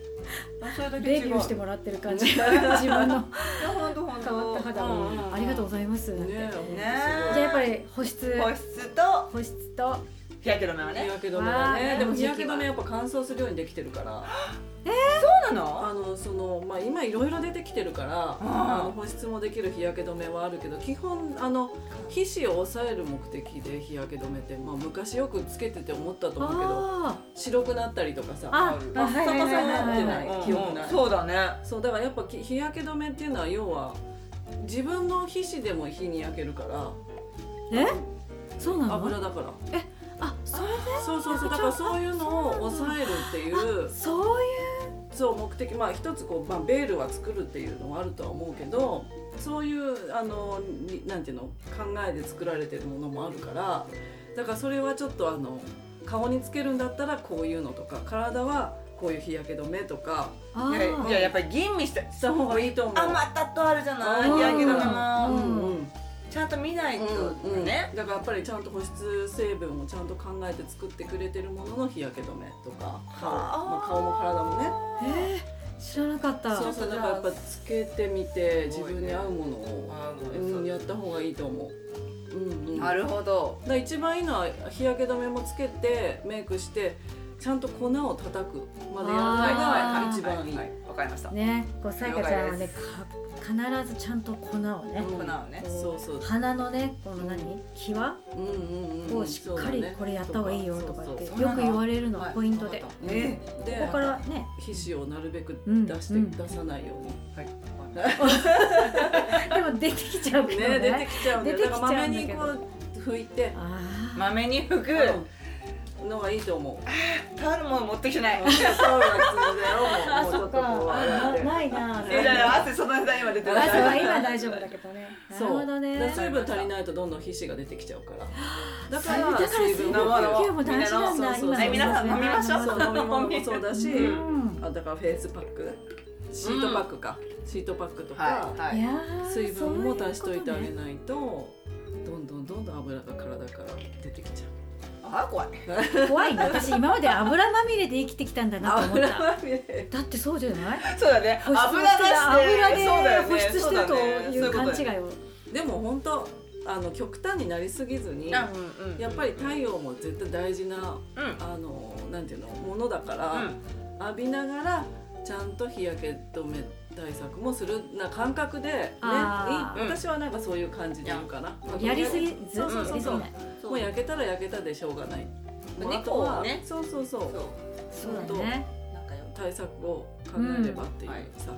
Speaker 2: あそれだけ
Speaker 1: デ
Speaker 2: 違
Speaker 1: ビ
Speaker 2: う
Speaker 1: ューしてもらってる感じ自分の
Speaker 2: いや本当本当
Speaker 1: 変わった肌をありがとうございますなんて
Speaker 3: ねえ
Speaker 2: ね
Speaker 1: じゃあやっぱり保湿
Speaker 2: 保湿と
Speaker 1: 保湿と
Speaker 2: 日焼け止めは
Speaker 3: 日
Speaker 2: ね
Speaker 3: 焼け止めは
Speaker 1: わ
Speaker 3: ね
Speaker 1: あ
Speaker 3: でも日焼け止めやっぱ乾燥するようにできてるから
Speaker 2: そうなの
Speaker 3: あのそのまあ今いろいろ出てきてるから
Speaker 2: ん
Speaker 3: あの保湿もできる日焼け止めはあるけど基本あの皮脂を抑える目的で日焼け止めってまあ昔よくつけてて思ったと思うけど
Speaker 1: あ
Speaker 3: 白くなったりとかさ
Speaker 1: ああはいはいはいはいはい
Speaker 3: うん記憶ない
Speaker 2: そうだね
Speaker 3: そうだからやっぱき日焼け止めっていうのは要は自分の皮脂でも日に焼けるから
Speaker 1: えそうなの
Speaker 3: 油だから
Speaker 1: あそれで
Speaker 3: そうそうそうだからそういうのを抑えるっていう
Speaker 1: そういう
Speaker 3: そう目的まあ一つこう、まあ、ベールは作るっていうのはあるとは思うけどそういうあのになんていうの考えで作られてるものもあるからだからそれはちょっとあの顔につけるんだったらこういうのとか体はこういう日焼け止めとか
Speaker 1: あ
Speaker 2: いやい
Speaker 1: ー
Speaker 2: ややっぱり吟味して
Speaker 3: した方がいいと思う。
Speaker 2: あまたとあるじゃない
Speaker 3: うん
Speaker 2: 日焼け止
Speaker 3: う
Speaker 2: めも
Speaker 3: んうん
Speaker 2: ちゃんと見ないと
Speaker 3: うん
Speaker 2: ね
Speaker 3: だからやっぱりちゃんと保湿成分をちゃんと考えて作ってくれてるものの日焼け止めとか顔,、まあ、顔も体もね
Speaker 1: えー知らなかった
Speaker 3: そうそうだからやっぱつけてみて自分に合うものを、
Speaker 2: あーもう
Speaker 3: うん、
Speaker 2: そ
Speaker 3: やった方がいいと思う、うんう、
Speaker 2: うんなるほど
Speaker 3: だから一番いいのは日焼け止めもつけてメイクしてちゃんと粉を叩くまでやるの
Speaker 1: あー
Speaker 3: が一番いい、
Speaker 2: ははわかりました
Speaker 1: ねこうさやかちゃんは
Speaker 2: 了解
Speaker 1: ね
Speaker 2: で
Speaker 1: か必ずちゃんと粉をね
Speaker 3: う
Speaker 2: 粉
Speaker 3: ん
Speaker 2: をね
Speaker 3: そうそう
Speaker 1: 鼻のねこの何
Speaker 3: う
Speaker 1: 際
Speaker 3: うんうんうん
Speaker 1: をしっかりこれやった方がいいよとかって
Speaker 3: そう
Speaker 1: よく言われるの
Speaker 2: はい
Speaker 1: ポイントで
Speaker 2: わかっ
Speaker 1: こ
Speaker 2: たえ
Speaker 3: で
Speaker 1: こからね
Speaker 3: 皮脂をなるべく
Speaker 1: うん
Speaker 3: 出して、
Speaker 1: うん
Speaker 3: 出さないように
Speaker 2: はいわかりま
Speaker 1: でも出てきちゃうけどね
Speaker 3: ね出てきちゃうんだよ
Speaker 1: 出
Speaker 3: だ
Speaker 1: て
Speaker 3: か
Speaker 1: き
Speaker 3: ら
Speaker 1: ちゃうんだけど
Speaker 3: 豆にこう拭いて、
Speaker 1: ああ
Speaker 2: 豆に服
Speaker 3: うん、のがいいと思う
Speaker 2: タオルも持ってきてない
Speaker 3: タオルは
Speaker 1: あ
Speaker 3: つんだよ
Speaker 1: そ
Speaker 3: もうもうちょ
Speaker 1: っ
Speaker 3: っとこ
Speaker 1: か
Speaker 3: う
Speaker 1: あ
Speaker 3: 洗
Speaker 1: な
Speaker 3: って
Speaker 1: ないな
Speaker 2: えだから汗その間今出て
Speaker 1: あ
Speaker 2: る
Speaker 1: そうか今大丈夫だけどねなる
Speaker 3: そう
Speaker 1: ほどね
Speaker 3: だから水分足りないとどんどん皮脂が出てきちゃうから
Speaker 1: だ
Speaker 3: だ
Speaker 1: から水分
Speaker 2: だ
Speaker 1: 補
Speaker 2: から
Speaker 1: 給も大事なんだ
Speaker 3: そうそうそう
Speaker 1: 今
Speaker 3: はい皆
Speaker 2: さん飲みましょう
Speaker 3: そう飲み物もそうだし、
Speaker 1: うん
Speaker 3: あだからフェイスパックシートパックか、シートパックとか、
Speaker 2: はいはいい
Speaker 1: やー
Speaker 3: 水分も
Speaker 1: そういう
Speaker 3: 足しといてあ
Speaker 1: こと
Speaker 3: げ
Speaker 1: ね
Speaker 3: ないとどんどんどんどん油が体から出てきちゃう
Speaker 2: あ怖い
Speaker 1: 怖いね私今まで油まみれで生きてきたんだなと思った
Speaker 3: 油まみれ
Speaker 1: だってそうじゃない
Speaker 2: そうだね
Speaker 1: 保湿
Speaker 2: 油出
Speaker 1: して
Speaker 2: して
Speaker 1: 油で
Speaker 2: そうだよね
Speaker 1: 保湿してるという
Speaker 2: そ
Speaker 1: 勘
Speaker 2: だねそう
Speaker 1: 違
Speaker 2: いうこ
Speaker 1: いを
Speaker 3: でも本当あの極端になりすぎずに
Speaker 2: とだ
Speaker 3: や
Speaker 2: ねうんうん
Speaker 3: っぱり太陽も絶対大事な
Speaker 2: うんうん
Speaker 3: あのなんていうのものだから、浴びながらちゃんと日焼け止め対策もするな感覚で、ね、い
Speaker 1: あー
Speaker 3: 私はなんかそういう感じでいるかな。
Speaker 1: やりすぎず
Speaker 3: そ
Speaker 1: や
Speaker 3: うそうそう
Speaker 1: りす
Speaker 3: そう
Speaker 1: ぎない
Speaker 3: もう焼けたら焼けたでしょうがない。もうあと
Speaker 2: 猫
Speaker 3: は
Speaker 2: をね
Speaker 3: そうそうそう
Speaker 2: そう
Speaker 1: そうだね
Speaker 2: 仲良く
Speaker 3: 対策を考えればっていうさ、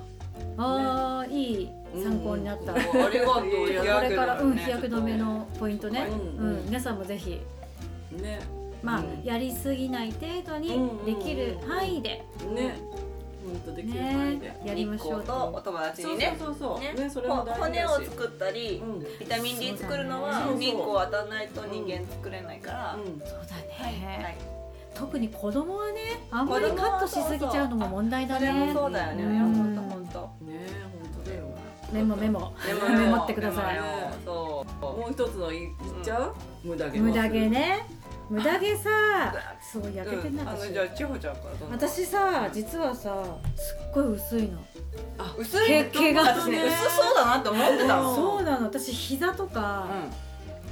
Speaker 1: あーいい参考になった
Speaker 2: ありがとう
Speaker 3: いや
Speaker 1: これからうん日焼け止め
Speaker 2: の
Speaker 1: のポイントね
Speaker 3: う
Speaker 1: うんん皆さんもぜひ
Speaker 3: ね
Speaker 1: まあ
Speaker 3: うん
Speaker 1: やりすぎない程度にできる範囲で
Speaker 3: ね本当できる範囲で
Speaker 1: ね。やりましょう
Speaker 2: 日光とお友達
Speaker 3: そ
Speaker 2: に
Speaker 3: う
Speaker 2: ね
Speaker 3: そうそうそう。ねそれも
Speaker 2: こ
Speaker 3: 大事
Speaker 2: 骨
Speaker 3: だ
Speaker 2: を
Speaker 3: し。
Speaker 2: 作ったり
Speaker 3: うんうん
Speaker 2: ビタミン D 作るのは
Speaker 3: そうだね
Speaker 2: 日光を当たらないと人間作れないから
Speaker 1: そうだ
Speaker 2: は
Speaker 1: ね
Speaker 2: い
Speaker 1: 特に子供はねあんまりカットしすぎちゃうのも問題だ
Speaker 2: それ
Speaker 1: ね
Speaker 2: もそうだよね
Speaker 1: うん
Speaker 2: 本当本当
Speaker 3: ね本当だよ。
Speaker 1: メモメモメモってください
Speaker 2: メモよそう
Speaker 3: もう一つの言っちゃう？無駄毛も
Speaker 1: 無
Speaker 3: する。
Speaker 1: 駄毛ね無駄毛さそう焼けてん
Speaker 2: う
Speaker 1: なん
Speaker 2: あ
Speaker 1: か
Speaker 2: の
Speaker 1: し
Speaker 2: じゃあ千穂ちゃんからどんな
Speaker 1: 私さ実はさすっごい薄いの
Speaker 2: 薄
Speaker 1: 毛
Speaker 2: い
Speaker 1: 毛が
Speaker 2: 私ね薄そうだなって思ってたの
Speaker 1: そうなの私膝とか、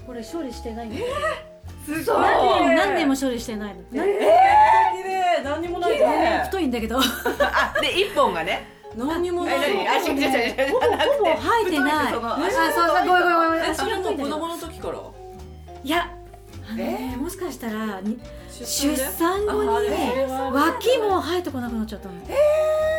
Speaker 1: これ処理してないんだけど
Speaker 2: すごい
Speaker 1: 何年何年も処理してないの、
Speaker 3: 綺麗何にもない
Speaker 2: 綺麗
Speaker 1: なんか太いんだけどほ
Speaker 2: あで一本がね
Speaker 3: 何にも
Speaker 2: あ
Speaker 3: ない。
Speaker 2: 何あ違う違う違う
Speaker 1: ぼほぼ生えてない
Speaker 2: 太いのその
Speaker 1: あ
Speaker 2: 足
Speaker 1: そうそうごめんごめんごめん
Speaker 3: え
Speaker 1: 足
Speaker 3: それ
Speaker 1: が
Speaker 3: も
Speaker 1: 太いんだ
Speaker 3: 子
Speaker 1: けど
Speaker 3: 供の時から
Speaker 1: いやあのね
Speaker 2: え
Speaker 1: もしかしたらに
Speaker 3: 出
Speaker 1: 出
Speaker 3: で
Speaker 1: 産後に脇も生えてこなくなっちゃったの、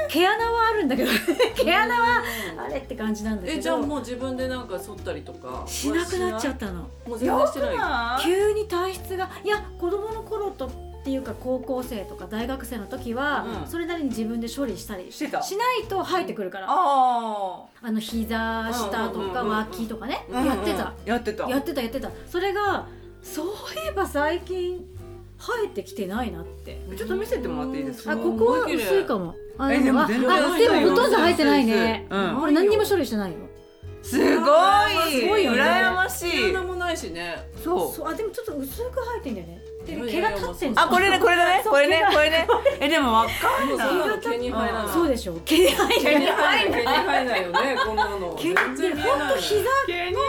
Speaker 1: 毛穴はあるんだけど 毛穴はあれって感じなんだけど
Speaker 3: えじゃあもう自分でなんか剃ったりとか
Speaker 1: しなくなっちゃ
Speaker 3: う
Speaker 1: ったの
Speaker 3: もう全然してない
Speaker 2: ない
Speaker 1: 急に体質がいや子供の頃とっていうか高校生とか大学生の時は、
Speaker 2: うん
Speaker 1: それなりに自分で処理したり
Speaker 2: してた
Speaker 1: しないと生えてくるからあ
Speaker 2: あ
Speaker 1: の膝下とか
Speaker 2: うんうんうんうん
Speaker 1: 脇とかね、
Speaker 2: あ
Speaker 1: やってた、
Speaker 2: やってた
Speaker 1: やってたやってたそれがそういえば最近生えてきてないなって
Speaker 2: ちょっと見せてもらっていいですか
Speaker 1: あ
Speaker 3: すご
Speaker 1: ここ
Speaker 3: い
Speaker 1: は薄いかもあ
Speaker 2: えで
Speaker 1: あ
Speaker 2: も
Speaker 1: あ
Speaker 2: 全
Speaker 1: で
Speaker 2: 然
Speaker 1: も
Speaker 3: ないよ
Speaker 1: ほとんど生えてないね
Speaker 2: うん
Speaker 1: 俺何にも処理してないよ
Speaker 2: すごい
Speaker 1: すごいよね
Speaker 2: 羨ましい
Speaker 3: 毛穴もないしね
Speaker 2: そう
Speaker 1: そうあでもちょっと薄く生えてんだよねで
Speaker 3: いやい
Speaker 1: 毛
Speaker 3: や
Speaker 1: が
Speaker 3: いや
Speaker 1: 立ってんじゃ
Speaker 2: あ
Speaker 1: ん
Speaker 2: これねこれだねこれねこれねえでもわか
Speaker 3: も
Speaker 2: ん
Speaker 3: う
Speaker 2: な
Speaker 3: そんないの毛に入らない
Speaker 1: そうでしょ毛に生えて
Speaker 3: 毛
Speaker 1: ない
Speaker 3: に入らない毛に入らないよねこんなの
Speaker 1: 毛
Speaker 3: 全
Speaker 1: で
Speaker 3: 然見え
Speaker 1: ほん
Speaker 3: ない
Speaker 1: と膝
Speaker 2: 毛に
Speaker 1: こ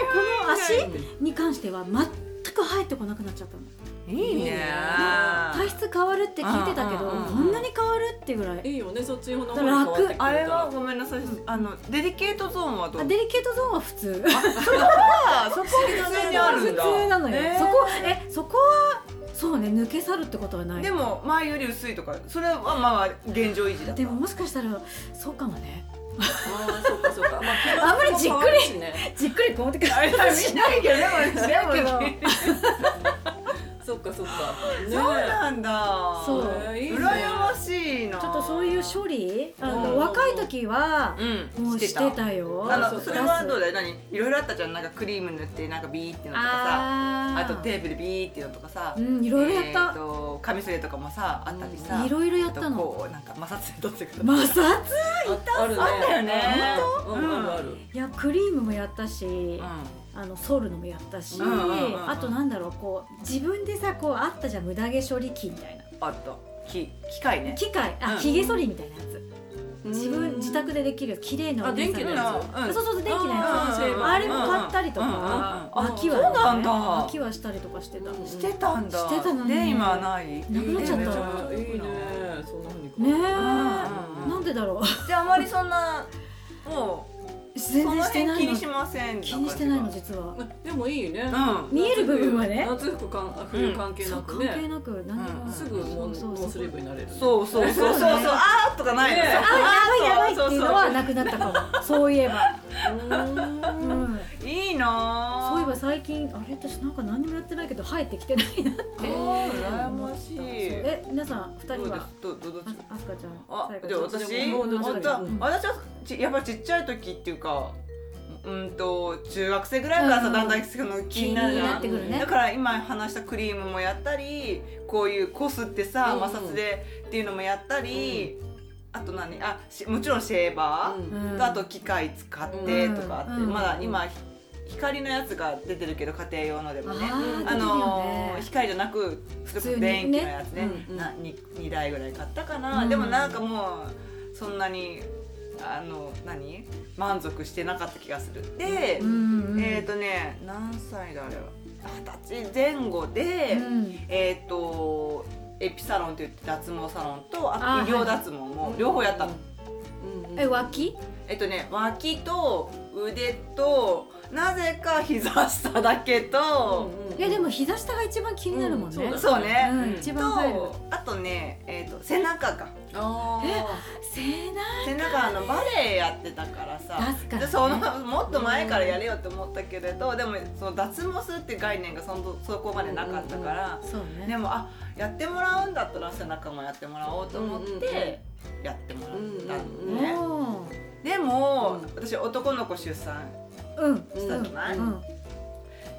Speaker 1: の足
Speaker 3: うん
Speaker 1: に関しては全く生えてこなくなっちゃったの
Speaker 2: いいね
Speaker 1: 体質変わるって聞いてたけど
Speaker 2: うんうんうん
Speaker 1: こんなに変わるってぐらい
Speaker 3: いいよねそっち用の
Speaker 1: 楽
Speaker 2: あれはごめんなさいあのデリケートゾーンはど
Speaker 1: あ
Speaker 2: う
Speaker 1: デリケートゾーンは普通
Speaker 2: あそこ普通にあるんだ
Speaker 1: 普通なのよ、
Speaker 2: ね
Speaker 1: そこえそこはそうね抜け去るってことはない
Speaker 2: でも前より薄いとかそれはまあ現状維持だ
Speaker 1: でももしかしたらそうかもね
Speaker 3: あーそうかそうかま
Speaker 1: あんまりじっくり
Speaker 3: りね
Speaker 1: じっくりこう って感
Speaker 2: 見ないけどでも
Speaker 1: だけど
Speaker 3: そっかそっか
Speaker 2: そうなんだ
Speaker 1: そう
Speaker 3: ねいいね
Speaker 2: 羨ましいな
Speaker 1: ちょっとそういう処理あの、
Speaker 3: うん
Speaker 1: 若い時は
Speaker 2: うん
Speaker 1: もうしてたよ
Speaker 2: あの
Speaker 3: そう
Speaker 2: そ
Speaker 1: 出
Speaker 2: れ
Speaker 1: す
Speaker 2: はどうだよ何いろいろあったじゃんなんかクリーム塗ってなんかビーってのとかさ
Speaker 1: あ
Speaker 2: あ
Speaker 1: ー
Speaker 2: とテープでビーっていうのとかさ
Speaker 1: うんいろいろやっ
Speaker 2: えー
Speaker 1: た、
Speaker 2: とカミソリとかもさあったりさ
Speaker 1: いろいろや
Speaker 2: あ
Speaker 1: った
Speaker 2: と
Speaker 1: の
Speaker 2: こうなんか摩擦で取ってくる
Speaker 1: 摩擦
Speaker 3: ああるね
Speaker 2: あったよね
Speaker 3: うんうんあるある
Speaker 1: いやクリームもやったし、
Speaker 2: う
Speaker 1: あの剃るのもやったし、
Speaker 2: うんうんうんうん
Speaker 1: あとなんだろうこう自分でさこうあったじゃん無駄毛処理器みたいなん
Speaker 2: あったき機械ね
Speaker 1: 機械あ、
Speaker 2: うん
Speaker 1: ひげ剃りみたいなやつ自
Speaker 3: う
Speaker 1: 分
Speaker 3: ん
Speaker 1: 自宅でできる綺麗な
Speaker 3: あ電気のやつ
Speaker 1: そうそうそう電気の
Speaker 3: あ
Speaker 1: や
Speaker 3: ー
Speaker 1: つ
Speaker 3: そういえば
Speaker 1: あれも買ったりと
Speaker 2: うんうんうん
Speaker 1: か
Speaker 3: うん
Speaker 1: 脇
Speaker 2: あ
Speaker 1: は
Speaker 2: そうなんだ
Speaker 1: 脇はしたりとかしてた
Speaker 3: うん
Speaker 2: してたんだ
Speaker 1: してたのに
Speaker 2: ね今はない
Speaker 1: なくなっちゃった
Speaker 3: いいねいいねそんなふうに
Speaker 1: ねえ
Speaker 2: うんうんうん
Speaker 1: なんでだろ
Speaker 2: であまりそんなも
Speaker 1: う全然してない
Speaker 2: その辺気
Speaker 1: の
Speaker 2: にしません
Speaker 1: 気にしてないの
Speaker 2: 感じ
Speaker 1: 実は
Speaker 3: でもいいね、
Speaker 2: がうん
Speaker 1: 見える部分はね
Speaker 3: 夏服かんあ冬関係
Speaker 1: そ
Speaker 3: な
Speaker 1: う
Speaker 3: く
Speaker 1: 関
Speaker 3: ね
Speaker 1: 係なく何でも、
Speaker 2: うん
Speaker 3: すぐもうノ
Speaker 1: そうそうそう
Speaker 3: ースリーブになれるね
Speaker 2: そうそうそう そうそう
Speaker 1: そうね
Speaker 2: あーっとかないの、
Speaker 3: ねえ
Speaker 1: あやばいやばいっていうのは
Speaker 2: そうそう
Speaker 1: なくなったかもそういえば、う、
Speaker 2: そうんいいな
Speaker 1: そういえば
Speaker 2: え
Speaker 1: 最近あれ私なんか何にもやってないけど生えてきてないなって
Speaker 2: 羨
Speaker 1: 思った
Speaker 2: ましい
Speaker 1: え皆さん二
Speaker 2: どう
Speaker 1: 人
Speaker 2: で
Speaker 1: は
Speaker 2: すどどどっち
Speaker 1: ああすかちゃん
Speaker 2: あ
Speaker 1: 最後
Speaker 2: じゃあ
Speaker 1: どっちで
Speaker 2: 私
Speaker 1: もどっちでも
Speaker 2: 本当は
Speaker 1: うん
Speaker 2: 私はちやっぱちっちゃい時っていうかうんと中学生ぐらいから
Speaker 1: うん
Speaker 2: さ
Speaker 1: うん
Speaker 2: だんだんその気
Speaker 1: 気
Speaker 2: に
Speaker 1: に
Speaker 2: なるじ
Speaker 1: な
Speaker 2: ゃ
Speaker 1: っ
Speaker 2: ん
Speaker 1: てくるね
Speaker 2: だから今話したクリームもやったりこういうこすってさ
Speaker 3: うんうん
Speaker 2: 摩擦でっていうのもやったり、あと何あしもちろんシェーバー、
Speaker 1: うん
Speaker 2: とあと機械使ってとかあって、
Speaker 1: うん
Speaker 2: まだ今ひ光のやつが出てるけど家庭用のでもね。
Speaker 1: あ
Speaker 2: あ
Speaker 1: あ
Speaker 2: の
Speaker 1: の
Speaker 2: 光じゃなく普
Speaker 1: 通
Speaker 2: 通
Speaker 1: に
Speaker 2: に
Speaker 1: ね
Speaker 2: 電気のやつね
Speaker 3: うん
Speaker 2: な 2, 台ぐらい買ったかな、
Speaker 1: うん
Speaker 2: でもなんかもうそんなにあの何満足してなかった気がするで、
Speaker 1: うん
Speaker 2: えっ、とね何歳だあれは二十歳前後で、
Speaker 1: うん
Speaker 2: えっ、とエピサロンって言って脱毛サロンとあ
Speaker 1: あ
Speaker 2: と医療脱毛も両方やったの、
Speaker 3: うんうん
Speaker 1: え脇
Speaker 2: えっとね脇と腕となぜか膝下だけと、
Speaker 3: うんうん
Speaker 1: いやでも膝下が一番気になるもんね、
Speaker 3: うん
Speaker 2: そうね、
Speaker 1: うん一番入る
Speaker 2: とあとね、えー、と背中か
Speaker 3: あ
Speaker 1: 背中
Speaker 2: 背中あのバレエやってたからさ
Speaker 1: 出すから、ね、
Speaker 2: でそのもっと前からやれよって思ったけれどでもその脱毛するっていう概念がそのそこまでなかったから、
Speaker 1: そうね
Speaker 2: でもあやってもらうんだったら背中もやってもらおうと思ってやってもらったの
Speaker 3: うんうん
Speaker 2: ね、
Speaker 1: お
Speaker 2: でも、
Speaker 3: うん
Speaker 2: 私男の子出産
Speaker 1: ーうん
Speaker 3: し
Speaker 2: したじゃない、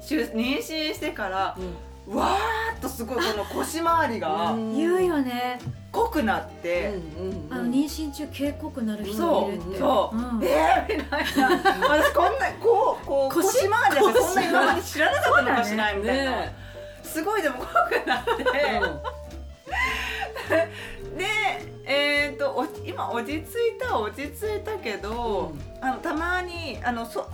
Speaker 2: 出妊娠してから
Speaker 3: ーうん
Speaker 2: わーっとすごいこの腰回りが
Speaker 1: うん、言うよね
Speaker 2: 濃くなって。
Speaker 3: うんうんうん
Speaker 1: あの妊娠中警告なる人
Speaker 2: そ
Speaker 1: もいるって
Speaker 2: う、そう、
Speaker 1: うん
Speaker 2: えーみたいな、私こんな、こう、こう、
Speaker 1: 腰
Speaker 2: 腰回りだって、
Speaker 1: 腰
Speaker 2: こんな今まで知らなかったのかしらみたいな。
Speaker 3: ね
Speaker 2: すごいでも怖くなって、
Speaker 3: え
Speaker 2: で、えっ、と、お今落ち着いた、落ち着いたけど、あの、たまに、あの、そ。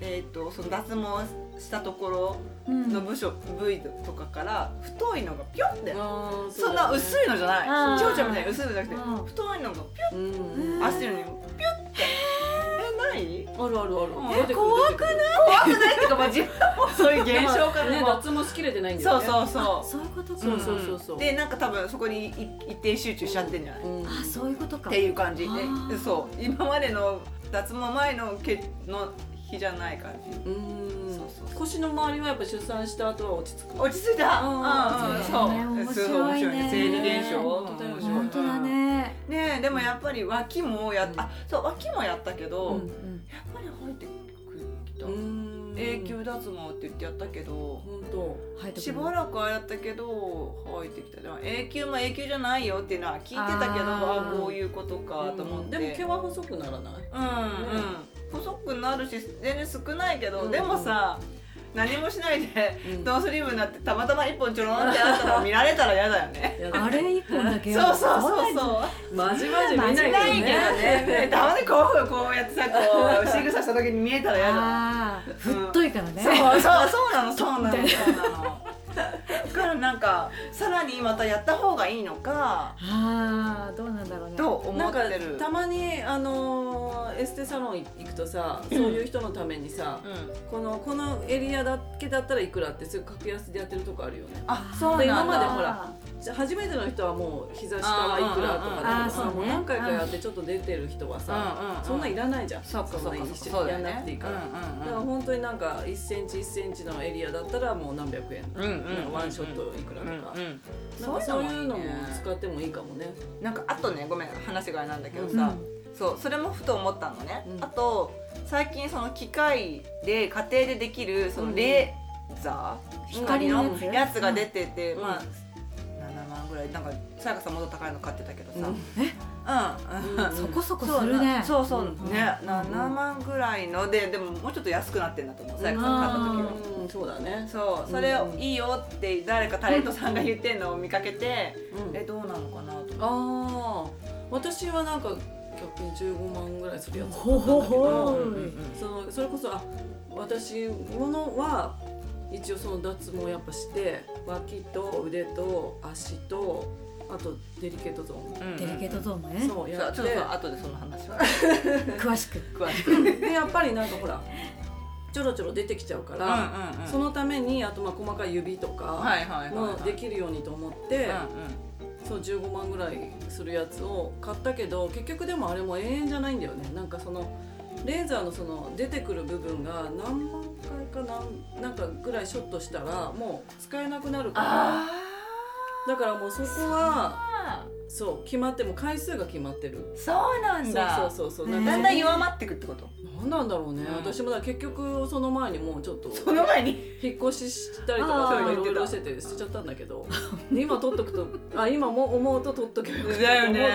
Speaker 2: えっ、と、その脱毛したところ
Speaker 1: うん
Speaker 2: の部署、部位とかから、太いのがピョって。
Speaker 3: あー
Speaker 2: そんな薄いのじゃ
Speaker 1: あ
Speaker 2: な
Speaker 1: ー
Speaker 2: い、蝶々みたいに薄いのじゃなくて
Speaker 1: うん、
Speaker 2: 太いのがピ
Speaker 3: そうだねうん
Speaker 2: ョ、足のに、ピュって。え、ない。
Speaker 3: あるあるある
Speaker 2: うん
Speaker 3: 出てく
Speaker 1: 怖
Speaker 3: る出てくる
Speaker 2: 怖くないっていうか、まあ、自分もそういう現象から
Speaker 3: ね
Speaker 2: もう
Speaker 3: 脱毛しきれてないんだ
Speaker 2: そ
Speaker 3: よ
Speaker 2: う
Speaker 3: ね
Speaker 2: そうそ
Speaker 1: そういうことか
Speaker 2: う。
Speaker 3: そうそうそうそうん
Speaker 2: で、なんか多分そこにい一定集中しちゃってんじゃない、っ
Speaker 3: うん
Speaker 1: あそういうことか
Speaker 2: ていう感じ
Speaker 1: あー
Speaker 2: で、そう、今までの脱毛前のけの日じゃない感じ。
Speaker 3: うん
Speaker 2: そうそう
Speaker 3: 腰の周りはやっぱ出産した後は落ち着く
Speaker 2: 落ち着いた。
Speaker 3: うん
Speaker 2: うんう
Speaker 1: そう
Speaker 2: ん
Speaker 1: だね
Speaker 2: そう。すごい面白
Speaker 1: 面白い
Speaker 2: いね。
Speaker 1: ね
Speaker 2: 生理現象。
Speaker 3: 本当だよね
Speaker 1: 本当だ。ね
Speaker 2: ねえ、でもやっぱり脇もやっ、
Speaker 3: うん
Speaker 2: あ、そう脇もやったけど、
Speaker 3: うん
Speaker 2: やっぱり入ってくる。
Speaker 3: うん
Speaker 2: 永久脱毛って言ってやったけど。
Speaker 3: 本当
Speaker 1: 入ってく
Speaker 2: し
Speaker 1: る
Speaker 2: ばらくはやったけど入ってきたでも永久も永久じゃないよっていうのは聞いてたけど
Speaker 1: あ
Speaker 2: あ
Speaker 1: ー
Speaker 2: こういうことかと思って、
Speaker 3: で
Speaker 2: うん、
Speaker 3: も毛は細くならない
Speaker 2: うん、細くなるし全然少ないけど、
Speaker 3: うん
Speaker 2: でもさ何もしないで
Speaker 3: うん
Speaker 2: ノースリーブになってたまたま一本ちょろんってあったのを見られたら嫌だよね
Speaker 3: やだ
Speaker 1: あれ一本だけ
Speaker 2: そうそうそう
Speaker 1: う
Speaker 2: そう
Speaker 3: まじまじ見ないけどね
Speaker 2: ないけどねたまにこうこうやってさこう仕草した時に見えたら嫌だ
Speaker 1: ああ太いからね
Speaker 2: そうそうそうなのそうなのそうなのだからなんかさらにまたやった方がいいのか
Speaker 1: ああどうなんだろうね
Speaker 2: と思
Speaker 3: なん
Speaker 2: っ
Speaker 3: か
Speaker 2: てる
Speaker 3: たまにあのーエステサロン行くとさそういう人のためにさ
Speaker 2: うん
Speaker 3: このこのエリアだけだったらいくらってすぐ格安でやってるとこあるよね
Speaker 2: あ
Speaker 1: そう
Speaker 2: そう
Speaker 3: な
Speaker 2: なん
Speaker 3: んだ今まで
Speaker 2: だ
Speaker 3: ほらじゃあ初めての人はもう膝下はいくらとかだ
Speaker 1: うんうん
Speaker 3: けどさ
Speaker 1: うんあーそうね
Speaker 3: もう何回かやってちょっと出てる人はさ
Speaker 2: うんうんうん
Speaker 3: そんなんいらないじゃん
Speaker 2: そっかそっ
Speaker 3: ん
Speaker 2: か
Speaker 3: な
Speaker 2: そっ
Speaker 3: 一
Speaker 2: かそ
Speaker 3: 緒
Speaker 2: う
Speaker 3: に
Speaker 2: だ
Speaker 3: や
Speaker 2: よ
Speaker 3: んな
Speaker 2: ね
Speaker 3: くていいからだから
Speaker 2: う
Speaker 3: 本当になんか1センチ1センチのエリアだったらもう何百円
Speaker 2: んうんうんうん
Speaker 3: なんかワンショットいくらと
Speaker 2: んうん
Speaker 3: か
Speaker 2: うんうん
Speaker 3: なんかそういうのも
Speaker 2: いいね
Speaker 3: 使ってもいいかもね
Speaker 2: なんかあとねごめん話があれなんだけど
Speaker 1: うん
Speaker 2: さそうそれもふと思ったのね
Speaker 3: うん
Speaker 2: あと最近その機械で家庭でできるそのレーザー光の
Speaker 1: 光のや
Speaker 2: や
Speaker 1: つ
Speaker 2: つが出てて
Speaker 3: うん
Speaker 2: まあ7万ぐらいなんかさやかさんもっと高いの買ってたけどさ
Speaker 3: う
Speaker 2: うんんうん
Speaker 1: そこそこ
Speaker 2: そう
Speaker 1: するね
Speaker 2: なそうそう
Speaker 3: うん
Speaker 2: ね
Speaker 1: うん
Speaker 2: 7万ぐらいのででももうちょっと安くなってんだと思うさやかさん買った時より
Speaker 3: うんそうだね
Speaker 2: そうそれ
Speaker 3: う
Speaker 2: を
Speaker 3: ん
Speaker 2: いいよって誰かタレントさんが言ってんのを見かけて、
Speaker 3: うん
Speaker 2: えどうなのかなと思っ
Speaker 3: ああ私はなんか逆に15万ぐらいするやつ
Speaker 1: ほほほ
Speaker 2: て、
Speaker 1: うんうん
Speaker 3: そのそれこそあ私ものは一応その脱毛やっぱして脇と腕と足とあとデリケートゾー
Speaker 2: うんうん
Speaker 1: デリケートゾーンもね
Speaker 3: ンそう
Speaker 2: そう
Speaker 3: やっ
Speaker 2: ち
Speaker 3: て
Speaker 2: ょっとそう後でその話は
Speaker 1: 詳しく
Speaker 2: 詳しくうんうん
Speaker 3: でやっぱりなんかほらちょろちょろ出てきちゃうから、
Speaker 2: うん
Speaker 3: そのためにあとまあ細かい指とか
Speaker 2: はいはいはいは
Speaker 3: も
Speaker 2: い
Speaker 3: できるようにと思って、
Speaker 2: うんうん
Speaker 3: そう15万ぐらいするやつを買ったけど結局でもあれも永遠じゃないんだよねなんかそのレーザーのその出てくる部分が何万回か何なんかぐらいショットしたらもう使えなくなるから
Speaker 2: あ
Speaker 3: だからもうそこは
Speaker 2: あ
Speaker 3: そう決まってもう回数が決まってる
Speaker 2: そうなんだ
Speaker 3: そうそうそうそう
Speaker 1: ね
Speaker 2: だんだん
Speaker 3: 何
Speaker 2: 弱まってくってこと
Speaker 3: なんだろうね、
Speaker 2: うん
Speaker 3: 私もだから結局その前にもうちょっと
Speaker 2: その前に
Speaker 3: 引っ越ししたりとか
Speaker 1: あー
Speaker 3: そういうのいろいろしてて捨てちゃったんだけどで今取っとくとあ今も思うと取っとけばいいなと思うけど
Speaker 2: だよ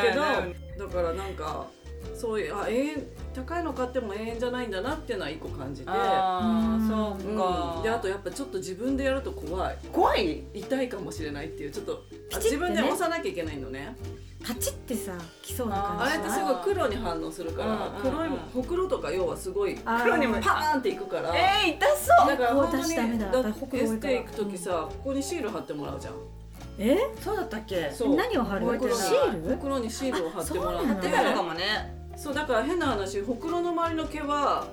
Speaker 3: だからなんかそういうあ永遠高いの買っても永遠じゃないんだなっていうのは一個感じて、
Speaker 2: ああそう
Speaker 3: うん
Speaker 2: か
Speaker 3: であとやっぱちょっと自分でやると怖い
Speaker 2: 怖い
Speaker 3: 痛いかもしれないっていうちょっとあ
Speaker 1: ピチってね
Speaker 3: 自分で押さなきゃいけないのね
Speaker 1: パチってさ来そうな
Speaker 3: あ
Speaker 1: 感
Speaker 3: れ
Speaker 1: じじ
Speaker 3: って
Speaker 1: ゃ
Speaker 3: す
Speaker 1: ない
Speaker 3: ごい黒に反応するか
Speaker 2: うんうん
Speaker 3: ら
Speaker 2: うん
Speaker 3: 黒いほくろとか要はすごい
Speaker 1: あー
Speaker 2: 黒にも
Speaker 3: パーンっていくから、
Speaker 2: えー、痛そう
Speaker 3: だから本当
Speaker 1: 私
Speaker 3: に
Speaker 1: ダメだ
Speaker 3: だっ
Speaker 1: ほく
Speaker 3: てエ
Speaker 1: ろ多
Speaker 3: ス
Speaker 1: いから
Speaker 3: テ行く時さここにシール貼ってもらうじゃん
Speaker 1: え
Speaker 2: そうだったっけ
Speaker 3: そう
Speaker 1: 何を貼る
Speaker 3: ほくろ
Speaker 1: シール
Speaker 3: ほくろにシールを貼ってもら
Speaker 1: あそうなん
Speaker 3: って
Speaker 1: だ
Speaker 2: 出たのかもね
Speaker 3: そうだから変な話ほくろの周りの毛は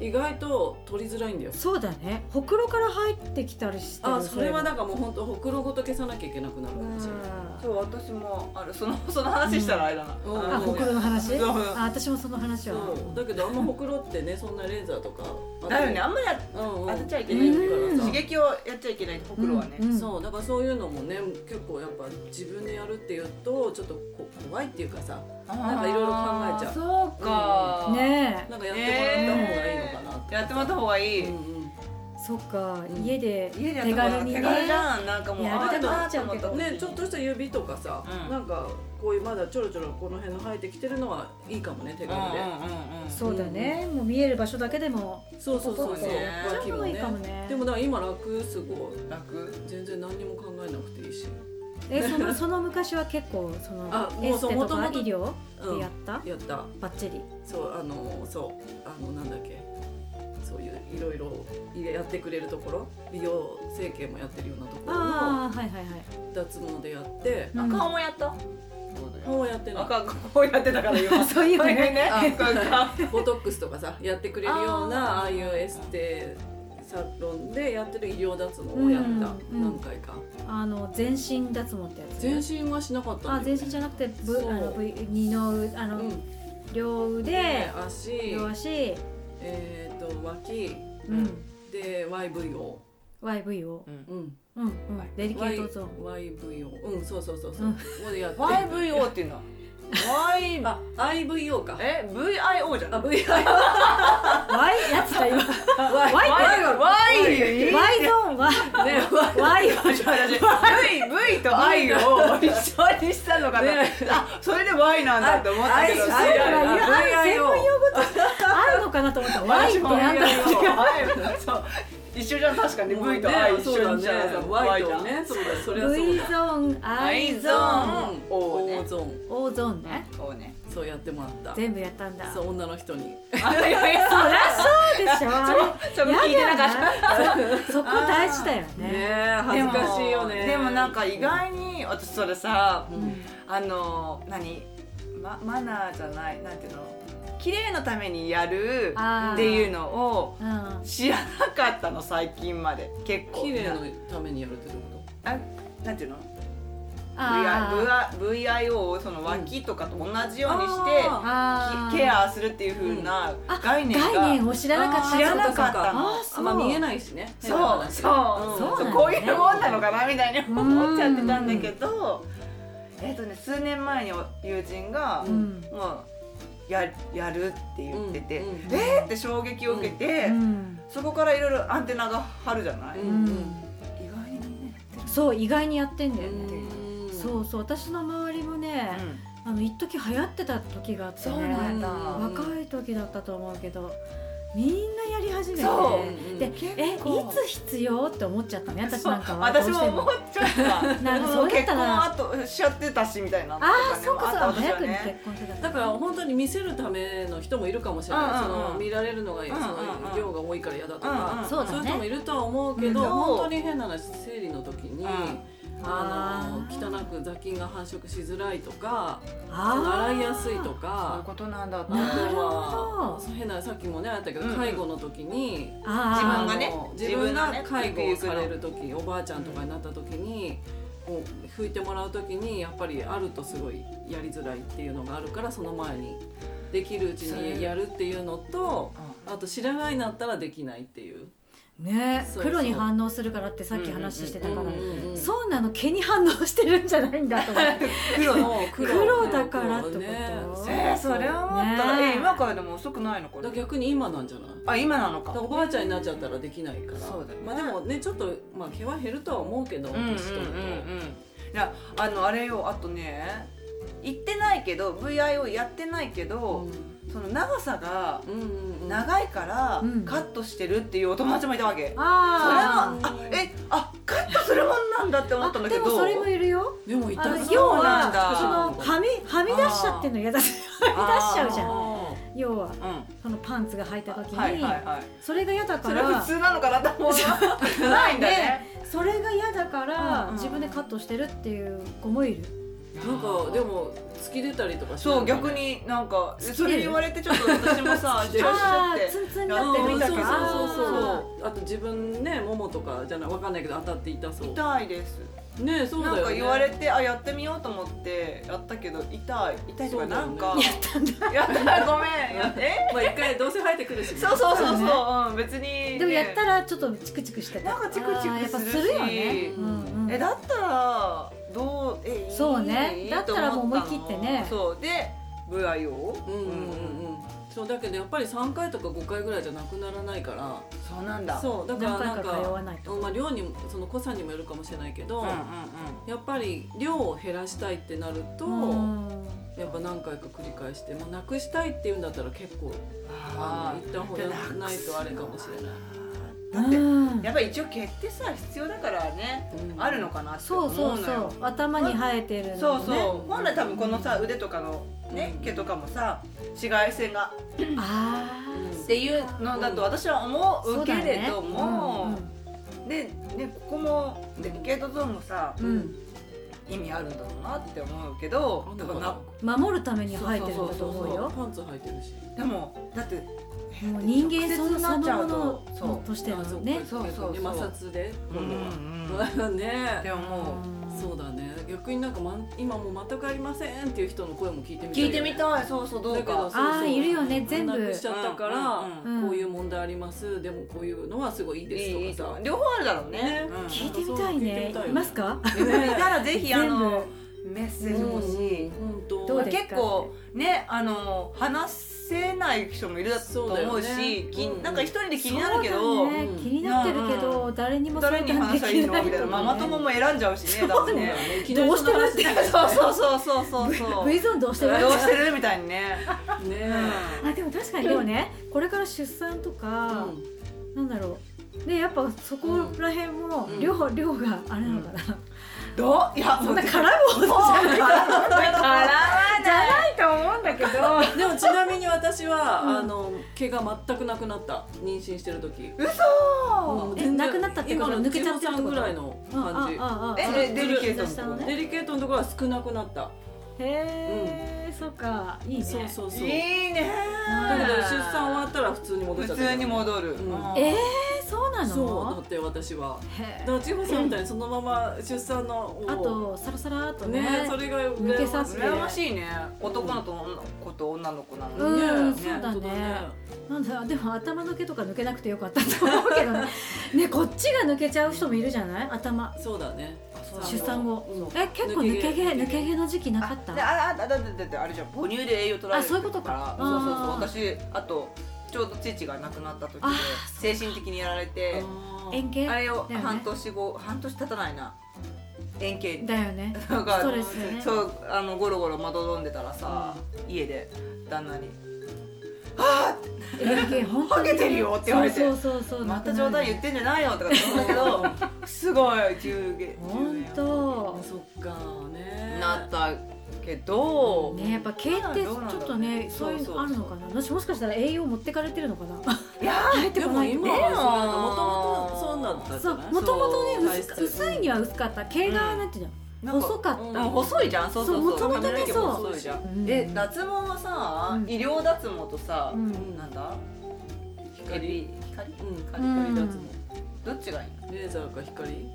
Speaker 3: 意外と取りづらいんだよ
Speaker 1: そうだねほくろから入ってきたりしてる
Speaker 3: あそれは
Speaker 1: だ
Speaker 3: だからもう本当ほくろごと消さなきゃいけなくなるかもしれない
Speaker 2: そう私もあるそのその話したらあれだな、
Speaker 3: うん
Speaker 1: あほくろの話
Speaker 2: そう
Speaker 1: あ私もその話は
Speaker 3: そうだけどあんまほくろってねそんなレーザーとか当て
Speaker 2: だよねあんまり
Speaker 3: うんうん
Speaker 2: 当てちゃいけ
Speaker 3: け
Speaker 2: な
Speaker 3: ないい
Speaker 2: か
Speaker 3: からら
Speaker 2: さ
Speaker 3: さ
Speaker 2: 刺激をやっちゃいけないと袋はね、
Speaker 1: うんうん
Speaker 3: そうだからそういうのもね結構やっぱ自分でやるっていうとちょっとこ怖いっていうかさ
Speaker 2: なん
Speaker 3: かいろいろ考えちゃう
Speaker 2: そうか、
Speaker 1: ねえ
Speaker 3: なんかやってもらった方がいいのかなって、
Speaker 2: やってもらった方がいい、
Speaker 3: うんうん
Speaker 1: そっか
Speaker 3: うん
Speaker 1: 家で
Speaker 2: 家でやっ
Speaker 1: 手
Speaker 2: た方が
Speaker 1: 軽に
Speaker 2: 手軽じ
Speaker 1: ね
Speaker 2: ゃんなんかもう
Speaker 1: やりたくなっちゃうけど
Speaker 2: あーって思
Speaker 3: ね、ちょっとした指とかさ、
Speaker 2: うん
Speaker 3: なんかこういうまだちょろちょろこの辺の生えてきてるのはいいかもね手
Speaker 2: うん
Speaker 3: 軽で、
Speaker 2: うんうんうん
Speaker 1: そうだねもう見える場所だけでも
Speaker 3: そうそうそ
Speaker 2: そ
Speaker 3: うそうう
Speaker 2: ね
Speaker 1: それもいいかもね
Speaker 3: でもだから今楽すごい
Speaker 2: 楽
Speaker 3: 全然何にも考えなくていいし、
Speaker 1: えそのその昔は結構その
Speaker 3: あも
Speaker 1: エ
Speaker 3: う
Speaker 1: ス
Speaker 3: そう
Speaker 1: テとか
Speaker 3: 元々
Speaker 1: 医療
Speaker 3: う
Speaker 1: でや
Speaker 3: ん、や
Speaker 1: った
Speaker 3: った
Speaker 1: バッチリ
Speaker 3: そうあのそうあのなんだっけそういういろいろやってくれるところ美容整形もやってるようなところの
Speaker 1: ああはいはいはい
Speaker 3: 脱毛でやって
Speaker 1: うん
Speaker 2: 顔もやった
Speaker 3: もうやってない
Speaker 2: 赤こうやってたから今
Speaker 1: そういうのね
Speaker 2: これね
Speaker 3: あ
Speaker 2: あ
Speaker 3: ボトックスとかさやってくれるよう
Speaker 2: あー
Speaker 3: なああいうエステサロンでやってる医療脱毛をやった、
Speaker 1: うんうん
Speaker 3: 何回か
Speaker 1: あの全身脱毛ってやつ
Speaker 3: 全身はしなかった
Speaker 1: あ
Speaker 3: んだ
Speaker 1: 全
Speaker 3: よ
Speaker 1: 身じゃなくてぶ
Speaker 3: そう
Speaker 1: あのぶ二の腕あの、
Speaker 3: うん
Speaker 1: 両腕
Speaker 3: で足
Speaker 1: 両足
Speaker 3: えっ、と脇
Speaker 1: う
Speaker 2: うん
Speaker 1: ん
Speaker 3: で YVO
Speaker 1: YV を
Speaker 2: うん
Speaker 3: うん
Speaker 1: うんうんデリケートゾーン
Speaker 3: YVO うんそうそうそうそううんもうやって
Speaker 2: YVO っていうの Y
Speaker 3: あ IVO か
Speaker 2: え VIO じゃん
Speaker 3: あ VI
Speaker 1: Y やつだ今
Speaker 3: Y
Speaker 1: Y
Speaker 2: Y
Speaker 1: Y ゾーンは
Speaker 3: ね
Speaker 1: Y
Speaker 2: 私私 V V と I を一緒にしたのかな、
Speaker 3: ね
Speaker 2: あそれで Y なんだって思ったけど
Speaker 3: I-
Speaker 1: あるからい
Speaker 3: あ
Speaker 1: やある専
Speaker 3: VIO
Speaker 1: 門用語としてあるのかなと思った
Speaker 2: マ
Speaker 1: Y っ
Speaker 2: ジ
Speaker 1: て
Speaker 2: も
Speaker 1: なんだろう
Speaker 2: そう一緒じゃん確かに
Speaker 3: もう
Speaker 2: V と I
Speaker 3: ね
Speaker 2: 一
Speaker 3: そう
Speaker 2: 緒
Speaker 3: だ
Speaker 2: にじゃん、
Speaker 3: ね Y とねそうだそれは
Speaker 1: V
Speaker 3: そう
Speaker 1: ゾーン I ゾーン
Speaker 2: I ゾーン O
Speaker 3: O
Speaker 2: ね
Speaker 3: ゾーン
Speaker 1: O ゾーンね
Speaker 2: こうね
Speaker 3: そうやってもらった
Speaker 1: 全部やったんだ
Speaker 3: そ
Speaker 1: そう
Speaker 3: 女の人に
Speaker 2: あいやいや
Speaker 1: りゃ そうでしょあれ
Speaker 2: それ聞いてなかった
Speaker 1: やだ なそそこ大事だよね
Speaker 3: ねえ恥ずかしいよね
Speaker 2: でもでもなんか意外に私それさ
Speaker 3: うん
Speaker 2: あの何、ま、マナーじゃないなんていうの綺麗のためにやる
Speaker 1: あー
Speaker 2: っていうのを
Speaker 1: うんあ
Speaker 2: 知らなかったの最近まで結構
Speaker 3: 綺麗のためにやるってどういうこ
Speaker 2: ななんていうの
Speaker 1: ー
Speaker 2: VI VIO をその脇とかと同じようにし
Speaker 3: うん
Speaker 2: て、
Speaker 3: あ
Speaker 1: あー
Speaker 2: きケアするっていう風な
Speaker 1: あ
Speaker 2: 概念が、
Speaker 1: 概念を知らなかった
Speaker 3: あー
Speaker 2: 知らなかっ
Speaker 1: あ
Speaker 2: たの
Speaker 1: ー
Speaker 3: とあ
Speaker 1: そ
Speaker 3: ん
Speaker 1: う
Speaker 3: ま見えないしね
Speaker 2: そうそう
Speaker 1: そう
Speaker 2: そう
Speaker 1: なんだね
Speaker 2: こういうもんなのかなみたいに思っちゃってたんだけど、えっ、とね数年前に友人が、
Speaker 1: う
Speaker 3: うん
Speaker 2: もうややるって言ってて、
Speaker 3: うん
Speaker 2: えーって衝撃を受けて、
Speaker 1: うん
Speaker 2: そこからいろいろアンテナが張るじゃない、
Speaker 3: う
Speaker 2: 意
Speaker 3: ん
Speaker 2: 外にね
Speaker 1: そう意外にやってんだよね
Speaker 3: うん
Speaker 1: そうそう私の周りもね、あの一時流行ってた時があってね
Speaker 2: そうなんだ
Speaker 1: 若い時だったと思うけどみんなやり始めて
Speaker 2: そう
Speaker 1: で、
Speaker 3: うん
Speaker 1: えい
Speaker 2: 構
Speaker 1: つ必要って思っちゃったね私なんかは
Speaker 2: 私
Speaker 1: どうして
Speaker 2: も思っちゃった
Speaker 1: なんか
Speaker 2: も
Speaker 1: そうれだっ
Speaker 2: 結
Speaker 1: た
Speaker 2: 婚
Speaker 1: ら
Speaker 2: あとしちゃってたしみたいな
Speaker 1: ああそうかそう
Speaker 2: あ
Speaker 1: か
Speaker 2: った私
Speaker 1: 早
Speaker 2: は
Speaker 1: くに
Speaker 2: ね
Speaker 1: 結婚してた
Speaker 3: だから本当に見せるための人もいるかもしれない、
Speaker 2: うんうんうん
Speaker 3: その見られるのが
Speaker 2: んうんうん
Speaker 3: その量が多いから嫌だとか、
Speaker 2: うんうん
Speaker 1: そう
Speaker 3: そ
Speaker 1: だ
Speaker 3: ういう人も
Speaker 1: ね
Speaker 3: いるとは思うけ
Speaker 2: うん
Speaker 3: ど、本当に変な話生理の時に、
Speaker 2: うん
Speaker 3: あ
Speaker 1: あ
Speaker 3: の汚く雑菌が繁殖しづらいとか
Speaker 1: あ
Speaker 3: 洗いやすいと
Speaker 2: そういう
Speaker 3: か
Speaker 2: ことなんだって
Speaker 1: なるほど
Speaker 3: あとは変なさっきもねあったけど
Speaker 2: うんうん
Speaker 3: 介護の時に
Speaker 1: ーあー
Speaker 2: 自分がね
Speaker 3: あの自
Speaker 2: 自
Speaker 3: 分
Speaker 2: 分が
Speaker 3: が
Speaker 2: ね
Speaker 3: 介護をされ
Speaker 2: ゆく
Speaker 3: る時おばあちゃんとかになった時にこう拭いてもらう時にやっぱりあるとすごいやりづらいっていうのがあるからその前にできるうち
Speaker 2: それ
Speaker 3: にやるっていうのとあと知らないになったらできないっていう。
Speaker 1: ね
Speaker 3: そうそう
Speaker 1: 黒に反応するからってさっき話してたから、
Speaker 2: うんうん
Speaker 3: うんうん
Speaker 1: そうなの毛に反応してるんじゃないんだと思って
Speaker 3: 黒の
Speaker 1: 黒だからってこと
Speaker 2: えー、それは思ったら、
Speaker 1: ねえ
Speaker 2: えー今からでも遅くないのかな
Speaker 3: 逆に今なんじゃない
Speaker 2: あ今なのか
Speaker 3: だからおばあちゃんになっちゃったらできないから
Speaker 2: そうだよね
Speaker 3: まあでもねちょっと、まあ、毛は減るとは思うけど
Speaker 2: うんうんうんうんい
Speaker 3: 年取ると
Speaker 2: やあのあれよあとね行ってないけど VIO やってないけど、その長さが
Speaker 3: うんうんうん
Speaker 2: 長いから
Speaker 1: うん
Speaker 2: カットしてるっていうお友達もいたわけ、それ
Speaker 1: あ
Speaker 2: はあえあカットするもんなんだって思ったん
Speaker 1: あ
Speaker 2: だ
Speaker 1: で
Speaker 2: けど
Speaker 1: もそれもいるよ
Speaker 3: でも痛
Speaker 1: あの
Speaker 3: そう
Speaker 1: 要
Speaker 2: なん
Speaker 1: は
Speaker 2: だ
Speaker 1: そのはみはみ出しちゃってんの嫌だはみ出しちゃうじゃん
Speaker 2: あ
Speaker 1: 要は
Speaker 2: ーうん
Speaker 1: そのパンツが履いた時に、
Speaker 2: はいはいはい
Speaker 1: それが嫌だか
Speaker 2: それは
Speaker 1: ら
Speaker 2: 普通なのかなと思うなないんだね
Speaker 1: それが嫌だから、
Speaker 2: うんうん
Speaker 1: 自分でカットしてるっていう子もいる
Speaker 3: なんかでも突き出たりとかしない
Speaker 2: そう逆になんか
Speaker 1: 好き
Speaker 2: それ言われてちょっと私 もさ
Speaker 3: 好き
Speaker 2: ジェラシー
Speaker 1: あー
Speaker 2: しちゃっ
Speaker 1: ツンツンに
Speaker 3: や
Speaker 1: な
Speaker 3: っ
Speaker 1: ってて
Speaker 3: み
Speaker 1: み
Speaker 3: た
Speaker 1: た
Speaker 3: そ
Speaker 1: か
Speaker 3: う
Speaker 1: ら
Speaker 3: そうそう
Speaker 1: あ
Speaker 3: そうあと自分ねももとかじゃないわかんないけど当たって痛そ
Speaker 2: て
Speaker 3: う
Speaker 2: 痛いです
Speaker 3: ねそうだよ
Speaker 2: な
Speaker 3: ね
Speaker 2: んか言われてあやってみようと思ってやったけど痛い痛いとかなんか、
Speaker 1: ーやったんだ
Speaker 2: やったごめんやえ
Speaker 3: まあ一回どうせ生えてくるし
Speaker 2: そうそうそう
Speaker 1: そう
Speaker 2: そう、うん、別にね、
Speaker 1: でもやったらちょっとチクチクしてた
Speaker 2: なんかチクチク
Speaker 1: あーやっぱ
Speaker 2: するし
Speaker 1: するよね、うんうん、
Speaker 2: えだったらどうえいい
Speaker 1: そうね
Speaker 2: いい
Speaker 1: だったらもう思い切ってね
Speaker 2: と思ったのそうで VIO
Speaker 3: うんうんうんうんそうだけどやっぱり3回とか5回ぐらいじゃなくならないから
Speaker 2: そうなんだう
Speaker 3: そうだから
Speaker 1: 何回
Speaker 3: なん
Speaker 1: か通
Speaker 3: か
Speaker 1: わないと
Speaker 3: うんまあ量にもその濃さにもよるかもしれないけ
Speaker 2: ん
Speaker 3: ど、
Speaker 2: うんうん
Speaker 3: やっぱり量を減らしたいってなると、
Speaker 1: うん
Speaker 3: やっぱ何回か繰り返して、まあ、なくしたいっていうんだったら結構
Speaker 2: あ
Speaker 3: あの一旦ほらないとあれかもしれない、
Speaker 2: ーだって
Speaker 1: うん
Speaker 2: やっぱ一応毛ってさ必要だからね
Speaker 3: うん
Speaker 2: あるのかなって思
Speaker 1: そうう
Speaker 2: のよ
Speaker 1: そうそう頭に生えてる
Speaker 2: そ
Speaker 1: の
Speaker 2: う
Speaker 1: ね
Speaker 2: そう、本来多分このさ腕とかのね、
Speaker 3: うん
Speaker 2: 毛とかもさ紫外線が
Speaker 1: あ
Speaker 3: うん
Speaker 2: っていうのだと私は思
Speaker 1: あ
Speaker 2: うけれども、
Speaker 1: そう
Speaker 2: でねここもデリケートゾーンもさ
Speaker 1: だねうんうん
Speaker 2: 意味あるんだろうなって思うけど
Speaker 3: あん
Speaker 2: だ
Speaker 3: の
Speaker 2: か
Speaker 3: から
Speaker 2: な
Speaker 3: な
Speaker 1: うん守るために生えてるんだと思うよ
Speaker 3: パンツ履いてるし
Speaker 2: でもだって
Speaker 1: もう人間その
Speaker 2: 直接な
Speaker 1: そ
Speaker 2: っちゃ
Speaker 1: の
Speaker 2: うと
Speaker 1: も
Speaker 2: そう
Speaker 1: のとしてのね
Speaker 3: あ
Speaker 2: そうそうそう
Speaker 3: 逆に摩擦で
Speaker 2: うんうんうんっ
Speaker 3: 今度はね
Speaker 2: て思う
Speaker 3: そうだね逆になんか、まん、今もう全くありませんっていう人の声も聞いてみたい
Speaker 2: 聞いてみたいそうそうどう
Speaker 3: だけど
Speaker 2: か
Speaker 3: そうそう
Speaker 1: あーいるよね全部
Speaker 3: なくしちゃったから、
Speaker 2: うん
Speaker 1: うんうん
Speaker 3: こういう問題ありますでもこういうのはすごいい
Speaker 2: いい
Speaker 3: い
Speaker 2: い
Speaker 3: で
Speaker 2: い
Speaker 3: すとかさ
Speaker 2: 両方あるだろう
Speaker 3: ね
Speaker 2: ねうん
Speaker 1: 聞いてみたいねいますか
Speaker 2: いたらぜひあのメッセージ
Speaker 3: うん
Speaker 2: 欲しい、
Speaker 3: 本当
Speaker 1: どうですか
Speaker 2: 結構ねあの話せない人もいるだと思うし
Speaker 3: そうだよね
Speaker 2: き
Speaker 3: うん
Speaker 2: なんか一人で気になるけど、
Speaker 1: そうだね気になってるけ
Speaker 2: う
Speaker 1: ど誰にも相
Speaker 2: 誰
Speaker 1: 談で
Speaker 2: に
Speaker 1: きない
Speaker 2: 話したらいいの みたいなママ友も選んじゃうしね多分ね。
Speaker 1: どうしてるって
Speaker 2: そうそうそうそうそうそ う
Speaker 1: V ゾーンどうしてる
Speaker 2: どうしてるみたいにね、
Speaker 3: ねえ
Speaker 1: あでも確かにでもねこれから出産とか、なんだろうでやっぱそこら辺も
Speaker 3: うん
Speaker 1: 量,、量があれなのかな、
Speaker 2: どういや
Speaker 1: そんな
Speaker 2: もう
Speaker 1: 絡むほどじゃない
Speaker 2: 絡ま
Speaker 1: じゃないと思うんだけど
Speaker 3: うんでもちなみに私は、
Speaker 1: うん
Speaker 3: あの毛が全くなくなった妊娠してる時
Speaker 2: 嘘
Speaker 1: えなくなったっていうこと
Speaker 3: 今の
Speaker 1: 抜けちゃってるってこと
Speaker 3: 千穂さんぐらいの感じ
Speaker 1: あああ
Speaker 2: え
Speaker 1: あ
Speaker 2: えデリケートの
Speaker 1: 下のね
Speaker 3: デリケートのところは少なくなった、
Speaker 1: へえ、そっかいいね
Speaker 3: そうそうそう
Speaker 2: いいね
Speaker 3: だけど出産終わったら普通に戻っちゃ
Speaker 2: 普
Speaker 3: った
Speaker 2: 通に戻る、
Speaker 3: うん
Speaker 1: えー、そうな
Speaker 3: そうだ
Speaker 1: の
Speaker 3: って私は
Speaker 1: へー
Speaker 3: だから千穂さんみたいにそのまま出産のを
Speaker 1: あとサラサラっとね
Speaker 3: ねそれが
Speaker 1: 抜けさ
Speaker 2: う
Speaker 1: せ
Speaker 2: ん
Speaker 1: て
Speaker 2: 羨ましいね男の子と女の子と女の子なの
Speaker 1: う
Speaker 2: に
Speaker 1: ん
Speaker 2: ね
Speaker 1: そうだねなんだでも頭の毛とか抜けなくてよかったと思うけどねねこっちが抜けちゃう人もいるじゃない頭
Speaker 3: そうだね
Speaker 2: そう
Speaker 1: 出産後
Speaker 3: うん
Speaker 1: え結構抜け毛抜け毛の時期なかった
Speaker 2: あでああだだだだだあれじゃん母乳で栄養取られ
Speaker 1: あ
Speaker 2: る
Speaker 1: そういうことか
Speaker 2: からそうそうそう
Speaker 1: あー
Speaker 2: 私あとちょうど父が亡くなった時で
Speaker 1: あー
Speaker 2: 精神的にやられて
Speaker 1: 円形
Speaker 2: あ
Speaker 1: だよ
Speaker 2: れを
Speaker 1: だよね
Speaker 2: 半年後、半年経たないな円形
Speaker 1: ね
Speaker 2: だ
Speaker 1: スト
Speaker 2: か
Speaker 1: レスね
Speaker 2: そうあのゴロゴロまどろんでたらさ、家で旦那に「ああ
Speaker 1: 円形本当
Speaker 2: ハ
Speaker 1: に
Speaker 2: ゲてるよ」って言われて
Speaker 1: そうそうそうそう
Speaker 2: また冗談言ってんじゃないよ」とかって思うんだ けどすごい10毛
Speaker 1: 本当
Speaker 3: そっかね
Speaker 2: なったけど、
Speaker 1: ねやっぱ毛ってちょっとね
Speaker 2: ど
Speaker 1: そうう
Speaker 2: なんだ
Speaker 1: いう
Speaker 2: ろうね
Speaker 1: のあるのかな私もしかしたら栄養持ってかれてるの かな
Speaker 2: いやー
Speaker 1: 入って
Speaker 3: で
Speaker 1: こ
Speaker 3: も
Speaker 1: ない
Speaker 3: 今はそれだもともとそうなんだったじ
Speaker 1: そ
Speaker 3: ゃ
Speaker 1: う
Speaker 3: ない
Speaker 1: もともとね
Speaker 3: そう
Speaker 1: 薄
Speaker 3: 体質
Speaker 1: 薄いには薄かった毛が
Speaker 2: うん
Speaker 1: なんていうの
Speaker 2: なんか
Speaker 1: 細かった
Speaker 2: うん細いじゃんそうそうそう
Speaker 1: そう元々ね
Speaker 2: 髪の毛も細いじゃん
Speaker 1: うん
Speaker 2: え脱毛はさ、
Speaker 1: うん
Speaker 2: 医療脱毛とさ、
Speaker 1: うん
Speaker 2: なんだ
Speaker 3: 光
Speaker 2: 光光
Speaker 3: うん
Speaker 2: 光
Speaker 1: うん
Speaker 3: 光脱
Speaker 2: どっちがいいの
Speaker 3: 毛レーザーか光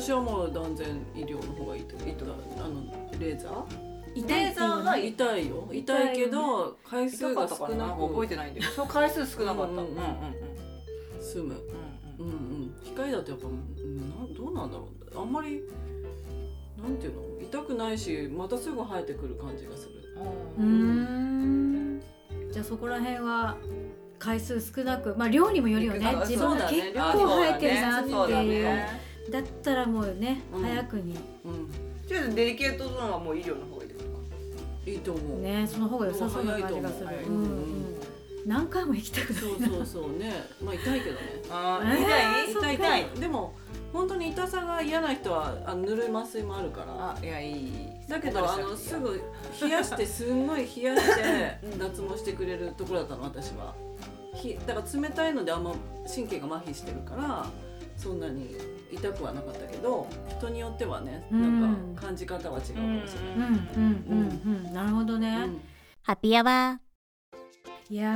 Speaker 3: 私はもう断然医療の方がいいと思
Speaker 2: いいと思
Speaker 3: ったあのレーザー
Speaker 1: 痛いっていうのね
Speaker 2: レーザーがい
Speaker 3: 痛いよ痛いけど回
Speaker 2: 痛
Speaker 3: 数
Speaker 2: か
Speaker 3: が
Speaker 2: った
Speaker 3: 少
Speaker 2: かな
Speaker 3: な
Speaker 2: なんか覚え
Speaker 3: く
Speaker 2: てないんだけどそう回数少なかった、
Speaker 3: うんうんうん
Speaker 2: うんうん
Speaker 3: 済む
Speaker 2: うん
Speaker 3: う
Speaker 2: うんん
Speaker 3: うん光だとやっぱうんなんどうなんだろうあんまりなんていうの痛くないしまたすぐ生えてくる感じがする
Speaker 1: うーんじゃあそこら辺は回数少なくまあ量にもよるよね
Speaker 2: いくら
Speaker 1: 自分が
Speaker 3: そうだね
Speaker 1: 結
Speaker 2: あ
Speaker 1: 構生えてるなってい
Speaker 2: そうだねそう
Speaker 1: う
Speaker 2: だね
Speaker 1: だったらもうね、
Speaker 3: うん
Speaker 1: 早くに
Speaker 3: うん
Speaker 2: ちょっとデリケートゾーンはもう医療の方がいいってことか
Speaker 3: いいと思う
Speaker 1: ねその方が良さそうな感じがする
Speaker 3: 早いと
Speaker 1: う
Speaker 3: 思うん
Speaker 1: う
Speaker 3: 早い
Speaker 1: ん何回も行きたくな
Speaker 3: そ
Speaker 1: いう
Speaker 3: そうそうねまあ痛いけどね
Speaker 2: あ
Speaker 1: えー
Speaker 2: ー
Speaker 1: そっか
Speaker 2: 痛い痛い痛い
Speaker 3: でも本当に痛さが嫌な人はあのぬるい麻酔もあるから
Speaker 2: あいやいい
Speaker 3: だけどあのすぐ冷やしてすんごい冷やして
Speaker 2: うん
Speaker 3: 脱毛してくれるところだったの私はひだから冷たいのであんま神経が麻痺してるからそんなに痛くはなかったけど人によってはねなんか感じ方は違うかもしれ
Speaker 1: うんうんうんうんなるほどね、
Speaker 3: ない、うん
Speaker 4: ハッピーアワ
Speaker 1: いや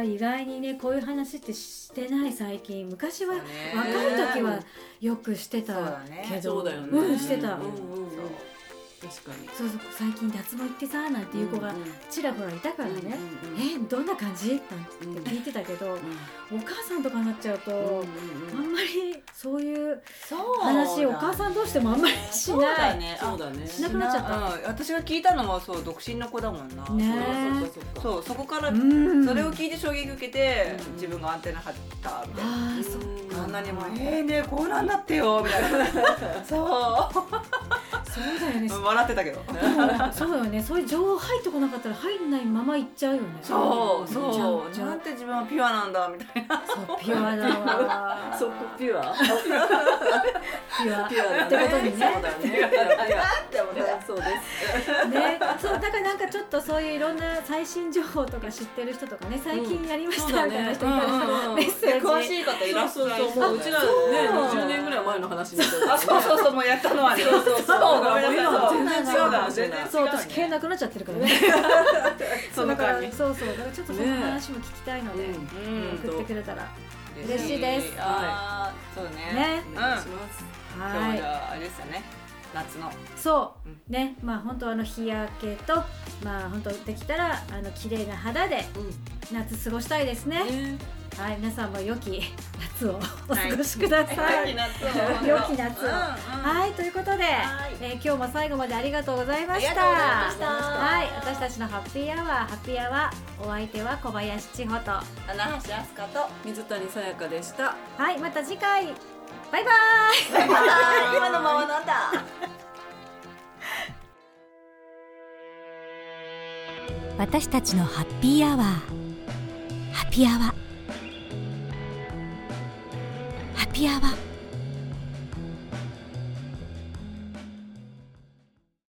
Speaker 1: ー意外にねこういう話ってしてない最近昔は若い時はよくして
Speaker 2: そう
Speaker 1: た
Speaker 2: だね
Speaker 1: けど
Speaker 3: そうだよね
Speaker 1: うんしてた、
Speaker 3: うんうんうん
Speaker 2: そう
Speaker 3: 確かに
Speaker 1: そうそう最近脱毛行ってさなんていう子がちらほらいたからね、
Speaker 3: うんうん
Speaker 1: えどんな感じなんて聞いてたけど、お母さんとかになっちゃうと、
Speaker 3: うんうん
Speaker 1: あんまりそういう
Speaker 2: そう
Speaker 1: 話お母
Speaker 2: ん
Speaker 1: さん同士でもあんまりし
Speaker 2: そう
Speaker 1: な
Speaker 2: だ
Speaker 1: い、
Speaker 2: ね
Speaker 3: そうだね
Speaker 1: しなくなっちゃった
Speaker 2: うん私が聞いたのはそう独身の子だもんな
Speaker 1: ね
Speaker 3: そうそうそうそう
Speaker 2: そうそこから
Speaker 1: うん
Speaker 2: それを聞いて衝撃受けて
Speaker 3: うん
Speaker 2: 自分がアンテナ張ったみたいな
Speaker 1: ああ
Speaker 3: そ
Speaker 1: そうう
Speaker 2: あんなにも
Speaker 1: う
Speaker 2: 「
Speaker 1: ん
Speaker 2: えーねこうなんだってよ」みたい なそ
Speaker 1: そうだよね
Speaker 2: う笑ってたけど
Speaker 1: そうだよねそういう情報入ってこなかったら入んないまま行っちゃうよね
Speaker 2: そうそう
Speaker 1: ちゃん
Speaker 2: なんて自分はピュアなんだみたいな
Speaker 1: そうピュアだわ
Speaker 3: そこピュア
Speaker 1: ピュア
Speaker 3: ピュア
Speaker 1: って
Speaker 3: だね
Speaker 1: ことにね
Speaker 3: そうだねピュアだね
Speaker 2: って思った
Speaker 3: そうです
Speaker 1: ねそうだからなんかちょっとそういういろんな最新情報とか知ってる人とかね最近やりましたみたいな人から
Speaker 3: うん
Speaker 1: メッセージ
Speaker 2: 詳しい方いらっしゃい
Speaker 3: もううちらね
Speaker 1: そう
Speaker 3: 20年ぐらい前の話になっちゃう
Speaker 2: あそうそうそうもうやったのはねそうそうそうごめんなさい
Speaker 3: 全然違
Speaker 2: そ
Speaker 3: う
Speaker 2: う
Speaker 3: か
Speaker 2: だ
Speaker 3: もしれない
Speaker 2: 全然
Speaker 1: そう
Speaker 2: 違うね
Speaker 1: 私毛なくなっちゃってるからね
Speaker 2: そんな感じ
Speaker 1: だからそうそうだからちょっとその話も聞きたいので、
Speaker 3: うん
Speaker 2: うん
Speaker 1: 送ってくれたら嬉
Speaker 2: 嬉
Speaker 1: し
Speaker 2: し
Speaker 1: い
Speaker 2: い
Speaker 1: で
Speaker 2: ですす。あーそう
Speaker 1: ね
Speaker 2: ね。う
Speaker 3: お
Speaker 2: ん。
Speaker 3: 願いし
Speaker 2: 今
Speaker 3: ます
Speaker 2: 日は
Speaker 1: はい
Speaker 2: じゃああれですよね。夏の。
Speaker 1: そう、
Speaker 2: うん
Speaker 1: ねまあ本当あの日焼けとまあ本当できたらあの綺麗な肌で
Speaker 3: う
Speaker 1: 夏過ごしたいですね
Speaker 3: んね
Speaker 1: はい皆さんも良き夏をお過ごしください、
Speaker 2: 夏
Speaker 1: を良き夏を
Speaker 2: うんうん
Speaker 1: はいということで、
Speaker 2: はい
Speaker 1: えー今日も最後までありがとうございました
Speaker 2: ありがとうございました
Speaker 1: はい私たちのハッピーアワーハッピーアワーお相手は小林千穂とは
Speaker 2: 花橋飛鳥 と。
Speaker 3: 水谷さやかでした
Speaker 1: いまた次回バイバイ
Speaker 2: 今のままなん
Speaker 4: ー
Speaker 2: だ。
Speaker 4: 私たちのハッピーアワーハッピーアワーハッピーアワー